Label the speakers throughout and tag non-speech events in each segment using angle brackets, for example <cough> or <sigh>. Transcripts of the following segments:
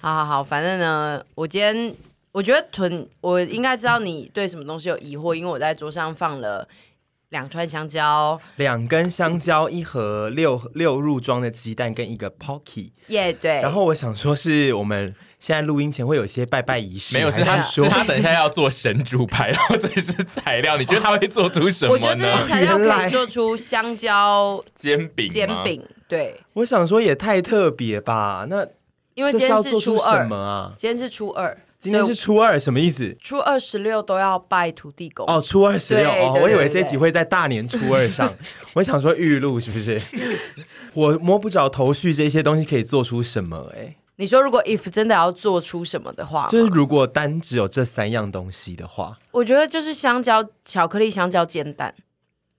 Speaker 1: 好好好，反正呢，我今天我觉得囤，我应该知道你对什么东西有疑惑，因为我在桌上放了两串香蕉，
Speaker 2: 两根香蕉，一盒六六入装的鸡蛋跟一个 Pocky。
Speaker 1: 耶、对，
Speaker 2: 然后我想说，是我们现在录音前会有一些拜拜仪式，
Speaker 3: 没有，
Speaker 2: 还
Speaker 3: 是他
Speaker 2: 是
Speaker 3: 是
Speaker 2: 说
Speaker 3: 他等一下要做神主牌，然后这是材料，你觉得他会做出什
Speaker 1: 我觉
Speaker 3: 么
Speaker 1: 得这些
Speaker 3: 呢？
Speaker 1: 材料
Speaker 2: 原
Speaker 1: 可
Speaker 2: 来
Speaker 1: 以做出香蕉
Speaker 3: 煎饼吗，
Speaker 1: 煎饼，对，
Speaker 2: 我想说也太特别吧？那
Speaker 1: 因为
Speaker 2: 这
Speaker 1: 今
Speaker 2: 是
Speaker 1: 天
Speaker 2: 要
Speaker 1: 是
Speaker 2: 做
Speaker 1: 初
Speaker 2: 出什
Speaker 1: 二
Speaker 2: 么，啊？
Speaker 1: 今天是初二，
Speaker 2: 今天
Speaker 1: 所
Speaker 2: 是
Speaker 1: 以
Speaker 2: 初二，什么意思？
Speaker 1: 初二十六都要拜土地公。
Speaker 2: 哦，初二十
Speaker 1: 对
Speaker 2: 六哦，
Speaker 1: 对
Speaker 2: 我以
Speaker 1: 对
Speaker 2: 为这
Speaker 1: 对
Speaker 2: 集会在大年初二
Speaker 1: <laughs>
Speaker 2: 上，我想说预录是不是？我摸不着头绪，这些东西可以做出什么、哎，
Speaker 1: 你说如果 if 真的要做出什么的话吗，
Speaker 2: 就是如果单只有这三样东西的话，
Speaker 1: 我觉得就是香蕉、巧克力、香蕉煎蛋，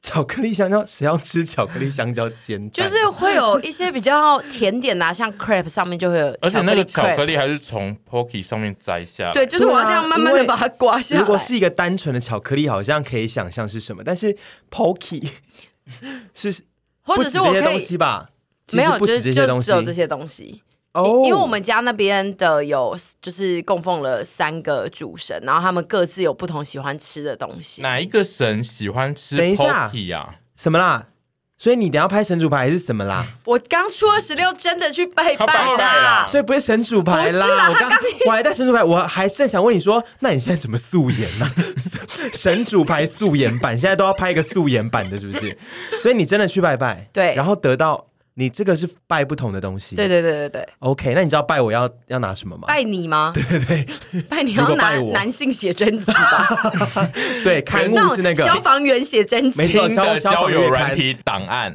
Speaker 2: 巧克力香蕉，谁要吃巧克力香蕉煎蛋？
Speaker 1: 就是会有一些比较甜点啊，像 crepe 上面就会有，
Speaker 3: 而且那个巧克
Speaker 1: 力 crepe，
Speaker 3: 力还是从 Pocky 上面摘下来，
Speaker 1: 对，，就是我要这样慢慢
Speaker 2: 对啊
Speaker 1: 的
Speaker 2: 因为
Speaker 1: 把它刮下来。
Speaker 2: 如果是一个单纯的巧克力，好像可以想象是什么，但是
Speaker 1: <laughs>
Speaker 2: Pocky 是
Speaker 1: 或者是我
Speaker 2: 不止这些
Speaker 1: 可
Speaker 2: 东
Speaker 1: 以
Speaker 2: 西吧？其
Speaker 1: 没
Speaker 2: 实
Speaker 1: 有，
Speaker 2: 不
Speaker 1: 就
Speaker 2: 止
Speaker 1: 是就
Speaker 2: 这些东
Speaker 1: 是
Speaker 2: 西
Speaker 1: 只有这些东西。
Speaker 2: 哦，
Speaker 1: 因为我们家那边的有就是供奉了三个主神，然后他们各自有不同喜欢吃的东西。
Speaker 3: 哪一个神喜欢吃
Speaker 2: 等一下
Speaker 3: Pocky 啊呀？
Speaker 2: 什么啦？所以你等一下拍神主牌还是什
Speaker 1: <laughs>
Speaker 2: 么啦？
Speaker 1: 我刚初二十六真的去拜
Speaker 3: 他拜
Speaker 1: 拜
Speaker 3: 拜啦
Speaker 1: 啦，
Speaker 2: 所以不是神主牌啦，
Speaker 1: 不是啦啊
Speaker 2: 我刚我还带神主牌，我还正想问你说，那你现在怎么素颜呢、 <laughs> 神主牌素颜版，现在都要拍一个素颜版的，是不
Speaker 1: <laughs>
Speaker 2: 是？所以你真的去拜拜，
Speaker 1: 对
Speaker 2: 然后得到你这个是拜不同的东西，
Speaker 1: 对对对对对，
Speaker 2: OK，那你知道拜我要要拿什么吗？
Speaker 1: 拜你
Speaker 2: <laughs>
Speaker 1: 吗？对对对，拜你
Speaker 2: 如
Speaker 1: 要
Speaker 2: 果拜
Speaker 1: 拿
Speaker 2: 我
Speaker 1: 男性写真
Speaker 2: <laughs>
Speaker 1: 集吧，
Speaker 2: 对，刊物
Speaker 1: 那
Speaker 2: 是那
Speaker 1: 种消
Speaker 2: 个，
Speaker 1: 防员写真
Speaker 2: 没
Speaker 1: 集
Speaker 2: 错，
Speaker 3: 新
Speaker 2: 消
Speaker 3: 的
Speaker 2: 消
Speaker 3: 交
Speaker 2: 防
Speaker 3: 友
Speaker 2: 月
Speaker 3: 软
Speaker 2: 刊，
Speaker 3: 体档案，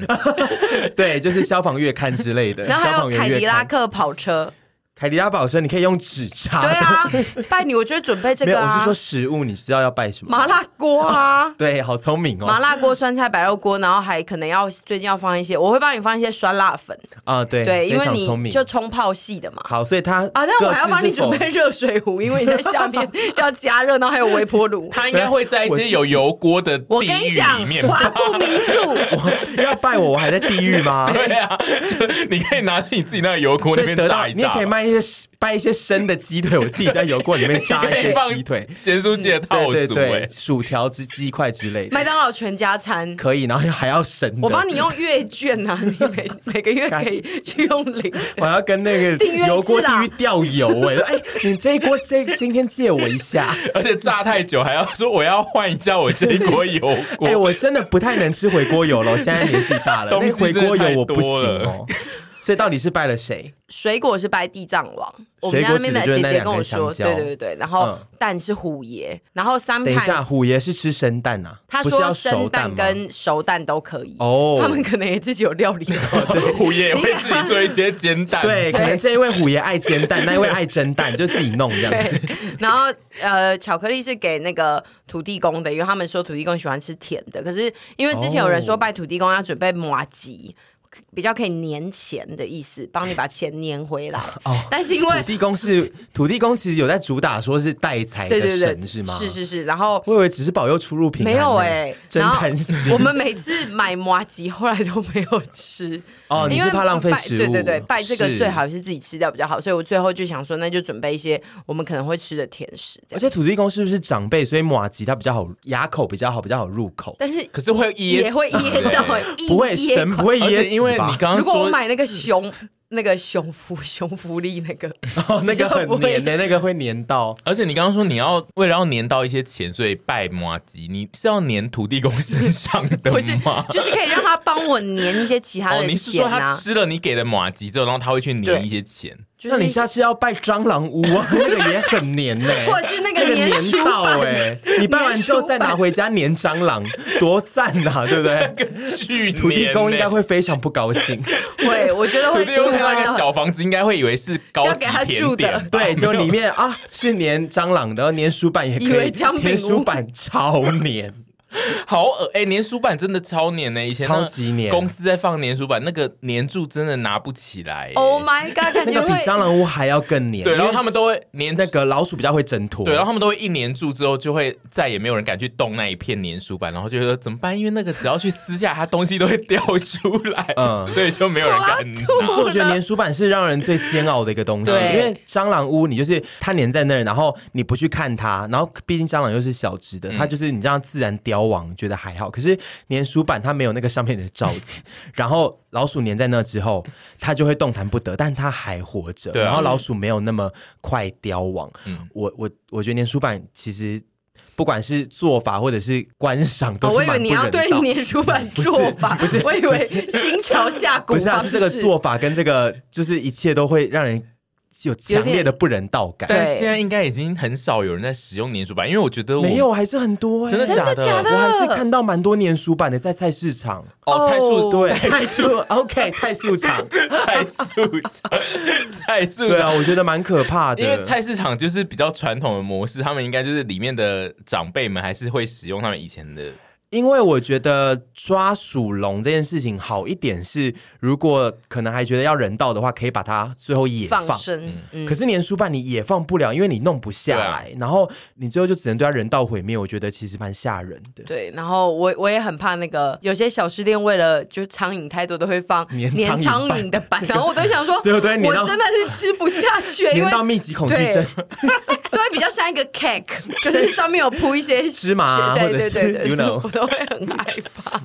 Speaker 2: 对，就是消防月刊之类的。
Speaker 1: <laughs> 然后还
Speaker 2: 消
Speaker 1: 有
Speaker 2: 防员
Speaker 1: 凯
Speaker 2: 月
Speaker 1: 迪拉
Speaker 2: 刊
Speaker 1: 克跑车，
Speaker 2: 凯迪拉宝生，你可以用纸扎
Speaker 1: 对
Speaker 2: 的。
Speaker 1: 啊，拜你，我就会准备这
Speaker 2: <laughs> 没有，
Speaker 1: 个
Speaker 2: 我是
Speaker 1: 啊
Speaker 2: 说，食物，你知道要拜什么？
Speaker 1: 麻辣锅啊。
Speaker 2: 对，好聪明
Speaker 1: 麻
Speaker 2: 哦。
Speaker 1: 辣锅、酸菜白肉锅，然后还可能要最近要放一些，我会帮你放一些酸辣粉，
Speaker 2: 啊，对，
Speaker 1: 对，因
Speaker 2: 非
Speaker 1: 为
Speaker 2: 常聪
Speaker 1: 你
Speaker 2: 明。
Speaker 1: 就冲泡系的嘛。
Speaker 2: 好，所以他
Speaker 1: 啊，但我还要
Speaker 2: 各自
Speaker 1: 帮你
Speaker 2: 是否
Speaker 1: 准备热水壶，因为你在下面要加热，然后还有微波炉。
Speaker 3: <laughs> 他应该会在一些有油锅的
Speaker 1: 我
Speaker 3: 地
Speaker 1: 跟你
Speaker 2: <laughs>
Speaker 3: 狱
Speaker 1: 讲
Speaker 3: 里面，
Speaker 1: 华不民主，
Speaker 2: 要拜 <laughs> 我，我还在地狱
Speaker 1: <laughs>
Speaker 2: 吗？
Speaker 3: 对啊，就你可以拿去你自己那个油锅
Speaker 2: 所
Speaker 3: 那
Speaker 2: 以
Speaker 3: 边
Speaker 2: 得到
Speaker 3: 炸一
Speaker 2: 你也
Speaker 3: 炸
Speaker 2: 可以
Speaker 3: 吧，
Speaker 2: 卖一些掰一些生的鸡腿，我自己在油锅里
Speaker 3: <laughs>
Speaker 2: 面炸一
Speaker 3: 可以
Speaker 2: 些
Speaker 3: 放
Speaker 2: 鸡腿，
Speaker 3: 咸酥鸡的套
Speaker 2: 对对
Speaker 3: 组，哎
Speaker 2: 对，，薯条之鸡块之类的
Speaker 1: 麦当劳全家餐。
Speaker 2: 可以，然后还要生的。
Speaker 1: 我帮你用月券啊，
Speaker 2: <laughs>
Speaker 1: 你每每个月可以去用领。
Speaker 2: 我要跟那个
Speaker 1: 订阅制啦啊
Speaker 2: 油锅地狱调油哎、 <laughs> 哎、你这一锅这今天借我一下。
Speaker 3: 而且炸太久还要说我要换一下我这一锅油锅，
Speaker 2: 哎、我真的不太能吃回锅油了，我现在年纪大了，
Speaker 3: <laughs> 东
Speaker 2: 那
Speaker 3: 西
Speaker 2: 回
Speaker 3: 真的
Speaker 2: 锅油我
Speaker 3: 太
Speaker 2: 不
Speaker 3: 多
Speaker 2: 行
Speaker 3: 了
Speaker 2: 哦。 <laughs> 所以到底是拜了谁？
Speaker 1: 水果是白地藏王，我们家那边的姐姐跟我说，对
Speaker 2: 水果指
Speaker 1: 对
Speaker 2: 的
Speaker 1: 对对。然后
Speaker 2: 嗯
Speaker 1: 蛋是虎爷，然后
Speaker 2: 等一下，
Speaker 1: sometimes
Speaker 2: 虎爷是吃生蛋啊，
Speaker 1: 他
Speaker 2: 不是
Speaker 1: 说
Speaker 2: 要
Speaker 1: 生
Speaker 2: 熟
Speaker 1: 蛋
Speaker 2: 吗
Speaker 1: 跟熟蛋都可以，
Speaker 2: 哦
Speaker 1: 他们可能也自己有料理。
Speaker 2: <laughs>
Speaker 1: <laughs>
Speaker 3: <laughs> 虎爷会自己做一些煎蛋，
Speaker 1: 对
Speaker 2: 对，可能这一位虎爷爱煎
Speaker 1: <laughs>
Speaker 2: 蛋，那一位爱蒸蛋，就自己弄这样子。
Speaker 1: 对，然后呃，巧克力是给那个土地公的，因为他们说土地公喜欢吃甜的。可是因为之前有人说
Speaker 2: 哦
Speaker 1: 拜土地公要准备麻吉，比较可以粘钱的意思，帮你把钱粘回来。
Speaker 2: <laughs> 哦
Speaker 1: 但是因
Speaker 2: 土
Speaker 1: 为
Speaker 2: 地公是土地公，其实有在主打说是带财
Speaker 1: 对
Speaker 2: 的
Speaker 1: 对
Speaker 2: 神
Speaker 1: 对，
Speaker 2: 是吗？
Speaker 1: 是。是是，然后。
Speaker 2: 我以为只是保佑出入平安
Speaker 1: 没
Speaker 2: 呢，
Speaker 1: 有哎、
Speaker 2: <laughs> 真
Speaker 1: 然后
Speaker 2: 贪心
Speaker 1: 我们每次买麻吉，后来都没有吃，
Speaker 2: 哦！你
Speaker 1: 因
Speaker 2: 是
Speaker 1: 为
Speaker 2: 怕浪费
Speaker 1: 拜
Speaker 2: 食物？
Speaker 1: 对对对，拜这个
Speaker 2: 是
Speaker 1: 最。好是自己吃掉比较好，所以我最后就想说，那就准备一些我们可能会吃的甜食这
Speaker 2: 而
Speaker 1: 样。
Speaker 2: 且土地公是不是长辈，所以马吉它比较好，牙口比较好，比较好入口，
Speaker 1: 但是
Speaker 3: 可是会噎
Speaker 1: 也会噎到、
Speaker 3: 对
Speaker 1: 欸，一
Speaker 2: 不会
Speaker 1: 噎
Speaker 2: 神
Speaker 1: 垮
Speaker 2: 不会噎
Speaker 3: 而且
Speaker 2: 死
Speaker 3: 因为你
Speaker 2: 吧
Speaker 3: 刚刚
Speaker 1: 如果我
Speaker 3: 说
Speaker 1: 买那个熊，那个熊福熊福利那个，
Speaker 2: <laughs> 哦，那个
Speaker 1: 你就
Speaker 2: 很
Speaker 1: 不会
Speaker 2: 黏的，那个会黏到。
Speaker 3: 而且你刚刚说你要为了要粘到一些钱，所以拜摩吉，你是要粘土地公身上的
Speaker 1: 不是
Speaker 3: 吗？
Speaker 1: 就是可以让他帮我粘一些其他
Speaker 3: 哦，
Speaker 1: 的
Speaker 3: 你是说
Speaker 1: 钱
Speaker 3: 他
Speaker 1: 啊。
Speaker 3: 吃了你给的马吉之后，然后他会去粘一些钱？
Speaker 1: <laughs> 就
Speaker 2: 那
Speaker 1: 是
Speaker 2: 你下次要拜蟑螂屋啊， <laughs> 那个也很黏呢、
Speaker 1: <laughs> 或者是那个
Speaker 2: 那个
Speaker 1: 粘
Speaker 2: 黏
Speaker 1: 鼠
Speaker 2: 到
Speaker 1: 板
Speaker 2: 哎、
Speaker 1: <laughs>
Speaker 2: 你拜完之后再拿回家粘蟑螂，多赞呐、对不对？
Speaker 3: 去
Speaker 2: 土地
Speaker 1: 欸
Speaker 2: 公应该。会非常不
Speaker 1: <laughs>
Speaker 2: 高兴，
Speaker 1: 会，我觉得
Speaker 2: <laughs>
Speaker 3: 土
Speaker 1: 会
Speaker 3: 地公看到
Speaker 1: 吃
Speaker 3: 那个
Speaker 1: 完
Speaker 3: 小房子，应该会以为是高
Speaker 1: 要
Speaker 3: 级
Speaker 1: 给他
Speaker 3: 甜
Speaker 1: 住的
Speaker 3: 点吧，
Speaker 2: 对，就里面啊是粘蟑螂的，粘鼠板也可
Speaker 1: 以为
Speaker 2: 粘
Speaker 1: 姜饼屋
Speaker 2: 粘鼠板超粘，
Speaker 3: 好恶哎、粘鼠板真的超粘呢、以前那个
Speaker 2: 超级粘
Speaker 3: 公司在放粘鼠板，那个粘住真的拿不起来、欸。
Speaker 1: Oh my god，感
Speaker 2: 那
Speaker 1: 觉
Speaker 2: 个比
Speaker 1: 会
Speaker 2: 蟑螂屋还要更黏。
Speaker 3: 对，然后
Speaker 2: 因为
Speaker 3: 他们都会粘
Speaker 2: 那个老鼠比较会挣脱。
Speaker 3: 对，然后他们都会一粘住之后，就会再也没有人敢去动那一片粘鼠板，然后就觉得怎么办？因为那个只要去撕下，它东西都会掉出来，
Speaker 2: 嗯
Speaker 3: 所以就没有人敢拿。
Speaker 2: 其实我觉
Speaker 1: <laughs>
Speaker 2: 得粘鼠板是让人最煎熬的一个东西，
Speaker 1: 对
Speaker 2: 因为蟑螂屋你就是它粘在那儿，然后你不去看它，然后毕竟蟑螂又是小只
Speaker 1: 嗯
Speaker 2: 的，它就是你让它自然凋亡，觉得还好。可是粘鼠板它没有那个上面的罩
Speaker 1: <laughs>
Speaker 2: 子，然后老鼠粘在那之后，它就会动弹不得，但它还活着，
Speaker 3: 对啊
Speaker 2: 然后老鼠没有那么快凋亡。
Speaker 1: 嗯
Speaker 2: 我我我觉得粘鼠板其实。不管是做法或者是观赏，都
Speaker 1: 哦，
Speaker 2: 是
Speaker 1: 我以
Speaker 2: 蛮
Speaker 1: 为
Speaker 2: 不
Speaker 1: 你要
Speaker 2: 人
Speaker 1: 对
Speaker 2: 道的
Speaker 1: 年书
Speaker 2: <laughs>
Speaker 1: 版做法，我以为新潮下古
Speaker 2: 不是啊，
Speaker 1: 方
Speaker 2: 是
Speaker 1: 式。
Speaker 2: 这个做法跟这个就是一切都会让人有强烈的不人道感。
Speaker 3: 但
Speaker 1: 对
Speaker 3: 现在应该已经很少有人在使用粘鼠板，因为我觉得我
Speaker 2: 没有，还是很多、欸，
Speaker 3: 真的
Speaker 1: 真的
Speaker 3: 假
Speaker 1: 假的
Speaker 2: 我还是看到蛮多年鼠版的在菜市场，
Speaker 3: 哦，菜
Speaker 1: 哦
Speaker 3: 树
Speaker 2: 对，菜树 <laughs> OK 菜
Speaker 1: <laughs>
Speaker 2: 市场，
Speaker 1: 啊
Speaker 3: <laughs> 菜树场，菜树
Speaker 2: 对
Speaker 3: 场。
Speaker 2: 啊，我觉得蛮可怕的，
Speaker 3: 因为菜市场就是比较传统的模式，他们应该就是里面的长辈们还是会使用他们以前的
Speaker 2: 因为我觉得抓鼠笼这件事情好一点是，如果可能还觉得要人道的话，可以把它最后野放
Speaker 1: 放。生，嗯，
Speaker 2: 可是年书办你也放不了，因为你弄不下
Speaker 3: 对啊
Speaker 2: 来，然后你最后就只能对它人道毁灭。我觉得其实蛮吓人的。
Speaker 1: 对，然后我我也很怕那个有些小吃店为了就苍蝇太多都会放
Speaker 2: 粘
Speaker 1: 粘
Speaker 2: 苍
Speaker 1: 苍
Speaker 2: 蝇板
Speaker 1: 蝇的
Speaker 2: <laughs>
Speaker 1: 板，然后我都想说，
Speaker 2: 最后都会粘
Speaker 1: 我
Speaker 2: 到
Speaker 1: 真的是吃不下
Speaker 2: <laughs>
Speaker 1: 去，因
Speaker 2: 年
Speaker 1: 为
Speaker 2: 到密集恐惧
Speaker 1: 对
Speaker 2: 症，
Speaker 1: <laughs> 都会比较像一个 cake，就是上面有铺一些
Speaker 2: <laughs> 芝麻啊
Speaker 1: 对
Speaker 2: 或者
Speaker 1: 对
Speaker 2: 是
Speaker 1: 对对
Speaker 2: you
Speaker 1: 对，
Speaker 2: know
Speaker 1: <laughs> 我都会很害怕。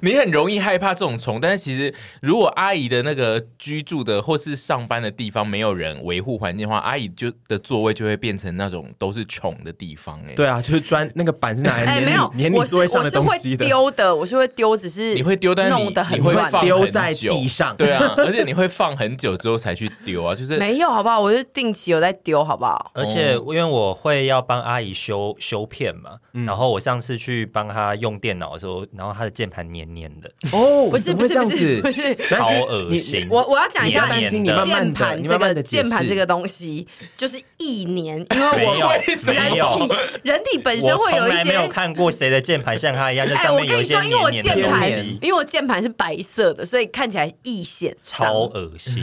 Speaker 3: 你很容易害怕这种虫，但是其实如果阿姨的那个居住的或是上班的地方没有人维护环境的话，阿姨就的座位就会变成那种都是虫的地方、
Speaker 2: <laughs>
Speaker 3: 哎，
Speaker 2: 对啊，就是砖那个板是拿来
Speaker 1: 哎，
Speaker 2: 粘
Speaker 1: 没有
Speaker 2: 你粘，你
Speaker 1: 我是
Speaker 2: 座位上
Speaker 1: 我
Speaker 2: 的
Speaker 1: 是
Speaker 2: 东
Speaker 1: 会
Speaker 2: 西的，
Speaker 1: 丢的，我是会丢，只是
Speaker 3: 你会丢，但是你
Speaker 1: 弄得很
Speaker 3: 你会
Speaker 1: 乱
Speaker 3: 放很久
Speaker 2: 丢在地上
Speaker 3: 对啊，而且你会放很久之后才去丢啊，就是
Speaker 1: 没有好不好？我是定期有在丢，好不好？
Speaker 4: 而且因为我会要帮阿姨修修片嘛，
Speaker 1: 嗯
Speaker 4: 然后我上次去帮她用电脑的时候，然后她的键盘黏黏的，
Speaker 2: 哦，
Speaker 1: <laughs> 不是
Speaker 2: 怎么
Speaker 1: 不
Speaker 2: 会
Speaker 1: 是
Speaker 2: 这样
Speaker 1: 不是
Speaker 2: 子 <laughs>
Speaker 1: 不，是，
Speaker 4: 超
Speaker 2: 但是
Speaker 4: 恶
Speaker 2: 你
Speaker 4: 心。
Speaker 1: 我我要讲一下
Speaker 4: 你不要担
Speaker 2: 心你慢慢
Speaker 1: 键
Speaker 2: 地
Speaker 1: 盘
Speaker 2: 你
Speaker 1: 这
Speaker 2: 慢
Speaker 1: 个
Speaker 2: 慢地解释
Speaker 1: 键盘这个东西，就是一年，因为
Speaker 4: 没有
Speaker 1: 我人
Speaker 4: 没有
Speaker 1: 体人体本身
Speaker 4: 我
Speaker 1: 会
Speaker 4: 从
Speaker 1: 有一
Speaker 4: 来没
Speaker 1: 些
Speaker 4: 有。看过谁的键盘像她一样，就
Speaker 1: 哎，
Speaker 4: 上
Speaker 1: 我
Speaker 4: 面
Speaker 1: 跟
Speaker 4: 有
Speaker 1: 你说，因
Speaker 4: 一些
Speaker 1: 为我
Speaker 4: 黏黏
Speaker 1: 键
Speaker 4: 的东
Speaker 1: 盘，
Speaker 4: 西，
Speaker 1: 因为我键盘是白色的，所以看起来易显脏
Speaker 4: 超恶
Speaker 1: <laughs>
Speaker 4: 心。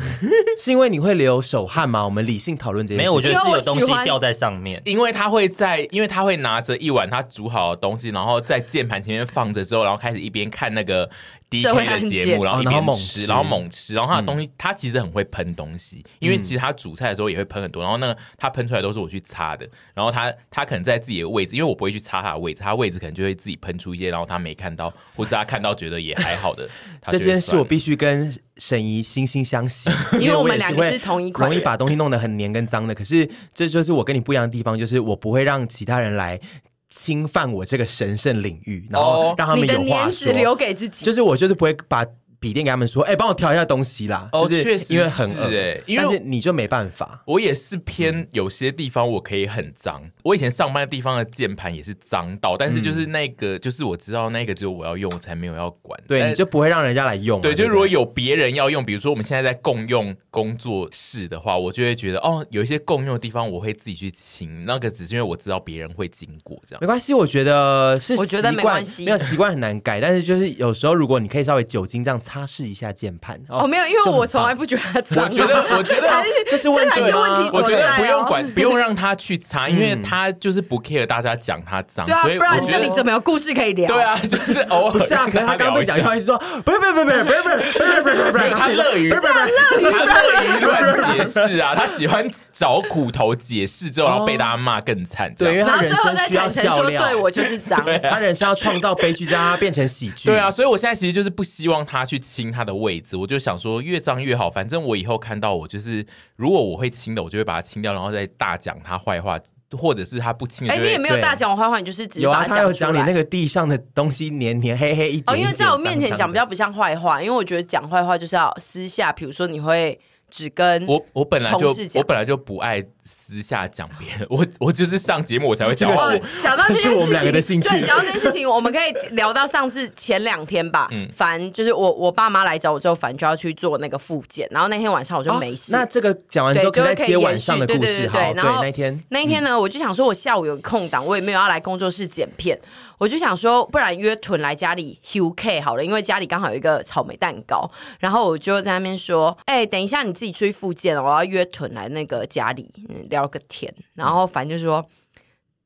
Speaker 2: 是因为你会流手汗吗？我们理性讨论这件事，
Speaker 4: 没有，我觉得
Speaker 1: 因
Speaker 4: 是
Speaker 1: 为我
Speaker 4: 有东
Speaker 1: 喜
Speaker 4: 西
Speaker 1: 欢
Speaker 4: 掉在上面。
Speaker 3: 因为他会在，因为他会拿着一碗他煮好的东西，然后在键盘前面放着之后，然后开始一边看那个 D
Speaker 1: 社会
Speaker 3: K
Speaker 1: 案
Speaker 3: 的
Speaker 1: 件
Speaker 3: 节目，然后一
Speaker 2: 哦然后
Speaker 3: 边
Speaker 2: 猛吃嗯
Speaker 3: 吃，然后猛吃，然后他的东西，他其实很会喷东西，因为其实他煮菜的时候也会喷很多，然后那个他喷出来都是我去擦的，然后他他可能在自己的位置，因为我不会去擦他的位置，他位置可能就会自己喷出一些，然后他没看到，或者他看到觉得也还好的，他
Speaker 2: 这
Speaker 3: 就会
Speaker 2: 件事我
Speaker 3: 算了
Speaker 2: 必须跟沈怡惺惺相惜，
Speaker 1: 因为
Speaker 2: 为
Speaker 1: 我们
Speaker 2: 也
Speaker 1: 两
Speaker 2: 是
Speaker 1: 个
Speaker 2: 会
Speaker 1: 是同一款
Speaker 2: 容易
Speaker 1: 人
Speaker 2: 把东西弄得很黏跟脏的。可是这就是我跟你不一样的地方，就是我不会让其他人来侵犯我这个神圣领域，然后
Speaker 3: 哦
Speaker 2: 让他们
Speaker 1: 你的
Speaker 2: 有话
Speaker 1: 粘纸。
Speaker 2: 说
Speaker 1: 留给自己，
Speaker 2: 就是我就是不会把笔电给他们说，哎、帮我调一下东西啦。
Speaker 3: 哦
Speaker 2: 就是欸
Speaker 3: 确实
Speaker 2: 因为很
Speaker 3: 是
Speaker 2: 恶
Speaker 3: 哎因为
Speaker 2: 但是你就没办法。
Speaker 3: 我也是偏
Speaker 2: 嗯
Speaker 3: 有些地方我可以很脏，我以前上班的地方的键盘也是脏到，但是
Speaker 2: 嗯
Speaker 3: 就是那个、就是我知道那个只有我要用，我才没有要管。
Speaker 2: 对，
Speaker 3: 但
Speaker 2: 你就不会让人家来用嘛、
Speaker 3: 对，
Speaker 2: 对
Speaker 3: 就
Speaker 2: 不对，
Speaker 3: 如果有别人要用，比如说我们现在在共用工作室的话，我就会觉得哦，有一些共用的地方我会自己去清，那个只是因为我知道别人会经过这样
Speaker 2: 没。关系，我觉得是习
Speaker 1: 我
Speaker 2: 惯
Speaker 1: 觉得没关系
Speaker 2: 没有习惯很难改，但是就是有时候如果你可以稍微酒精这样擦拭一下键盘，
Speaker 1: 哦，没有，因为
Speaker 2: 就很
Speaker 1: 我从来不觉得它脏啊。
Speaker 3: 我觉得我觉得
Speaker 1: <laughs> 这才是
Speaker 2: 这是问题
Speaker 1: 才是
Speaker 2: 吗
Speaker 1: 问题
Speaker 3: 我
Speaker 1: 所
Speaker 3: 觉
Speaker 1: 在
Speaker 3: 得
Speaker 2: 啊
Speaker 1: 哦。
Speaker 3: 不用管，不用让他去擦，因
Speaker 2: 嗯
Speaker 3: 为他就是不 care 大家讲他脏，
Speaker 1: 对啊，
Speaker 3: 所以
Speaker 1: 不然
Speaker 3: 我觉
Speaker 1: 这里
Speaker 3: 得
Speaker 1: 怎么有故事可以聊？
Speaker 3: 对，啊，就是偶尔
Speaker 2: 不是啊，可是他刚被讲，他一直说不是不是不是不是不是不是不是不是，
Speaker 3: 他乐于他乐于乱解释啊， <laughs> 他喜欢找苦头解释之后，然后被大家骂更惨。这
Speaker 2: 对，因
Speaker 3: 样
Speaker 2: 为
Speaker 1: 然
Speaker 2: 他
Speaker 1: 后最后
Speaker 2: 人生
Speaker 1: 再
Speaker 2: 需要
Speaker 1: 坦诚
Speaker 2: 笑
Speaker 1: 说，
Speaker 2: 料，
Speaker 1: 对我就是
Speaker 2: <laughs>
Speaker 1: 脏。
Speaker 2: 他人生要创造悲剧，让他变成喜剧。
Speaker 3: 对啊，，所以我现在其实就是不希望他去亲他的位置，我就想说越脏越好。反正我以后看到我就是，如果我会亲的，我就会把它亲掉，然后再大讲他坏话，或者是他不亲的
Speaker 1: 哎，
Speaker 3: 就
Speaker 1: 你也
Speaker 3: 会。
Speaker 1: 没有
Speaker 2: 对
Speaker 1: 大讲我坏话，你就是只是
Speaker 2: 有
Speaker 1: 把
Speaker 2: 啊，
Speaker 1: 它
Speaker 2: 他有讲
Speaker 1: 出
Speaker 2: 你
Speaker 1: 来
Speaker 2: 那个地上的东西黏黏黑黑一点一点
Speaker 1: 哦，因为在我面前
Speaker 2: 脏脏
Speaker 1: 讲比
Speaker 2: 的
Speaker 1: 较不像坏话，因为我觉得讲坏话就是要私下，比如说你会只跟
Speaker 3: 我我本来就
Speaker 1: 同事讲
Speaker 3: 我本来就不爱私下讲别人，我 <laughs> 我就是上节目我才会讲话。
Speaker 1: 哦
Speaker 3: 我，
Speaker 1: 讲到这件
Speaker 2: 这是我
Speaker 1: 事
Speaker 2: 们两
Speaker 1: 情，
Speaker 2: 个的兴趣
Speaker 1: 对，讲到这件事情，我们可以聊到上次前两天吧。
Speaker 2: 嗯
Speaker 1: 凡就是我我爸妈来找我之后，凡就要去做那个复健，然后那天晚上我就没事。
Speaker 2: 哦那这个讲完之后，
Speaker 1: 对就
Speaker 2: 以
Speaker 1: 是
Speaker 2: 再
Speaker 1: 可以
Speaker 2: 接晚
Speaker 1: 延续
Speaker 2: 上的故
Speaker 1: 对对
Speaker 2: 事，
Speaker 1: 对
Speaker 2: 好，
Speaker 1: 对
Speaker 2: 对，
Speaker 1: 然后
Speaker 2: 那一天
Speaker 1: 那一天呢，我就想说，我下午有个空档，我也没有要来工作室剪片，我就想说，不然约屯来家里 Hugh K 好了，因为家里刚好有一个草莓蛋糕。然后我就在那边说，哎、等一下你自己出去复健了，哦我要约屯来那个家里嗯聊个天。然后凡就说，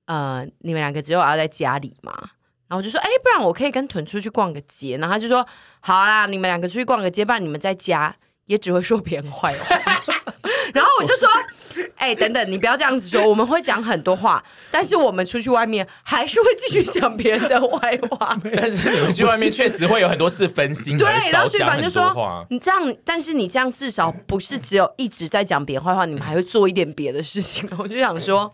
Speaker 1: 呃，你们两个只有要在家里嘛？然后我就说，哎、不然我可以跟屯出去逛个街。然后他就说，好啦，你们两个出去逛个街，不然你们在家也只会说别人坏话。 <laughs> 然后我就说，哎、等等，你不要这样子说，我们会讲很多话，但是我们出去外面还是会继续讲别人的坏
Speaker 3: <laughs>
Speaker 1: 话。
Speaker 3: 但是你们去外面确实会有很多事分心，
Speaker 1: 对，然
Speaker 3: 然
Speaker 1: 后
Speaker 3: 后
Speaker 1: 徐
Speaker 3: 讲
Speaker 1: 凡
Speaker 3: 很
Speaker 1: 就
Speaker 3: 多
Speaker 1: 说
Speaker 3: 话。：“
Speaker 1: 你这样，但是你这样至少不是只有一直在讲别人坏话，你们还会做一点别的事情。”我就想说，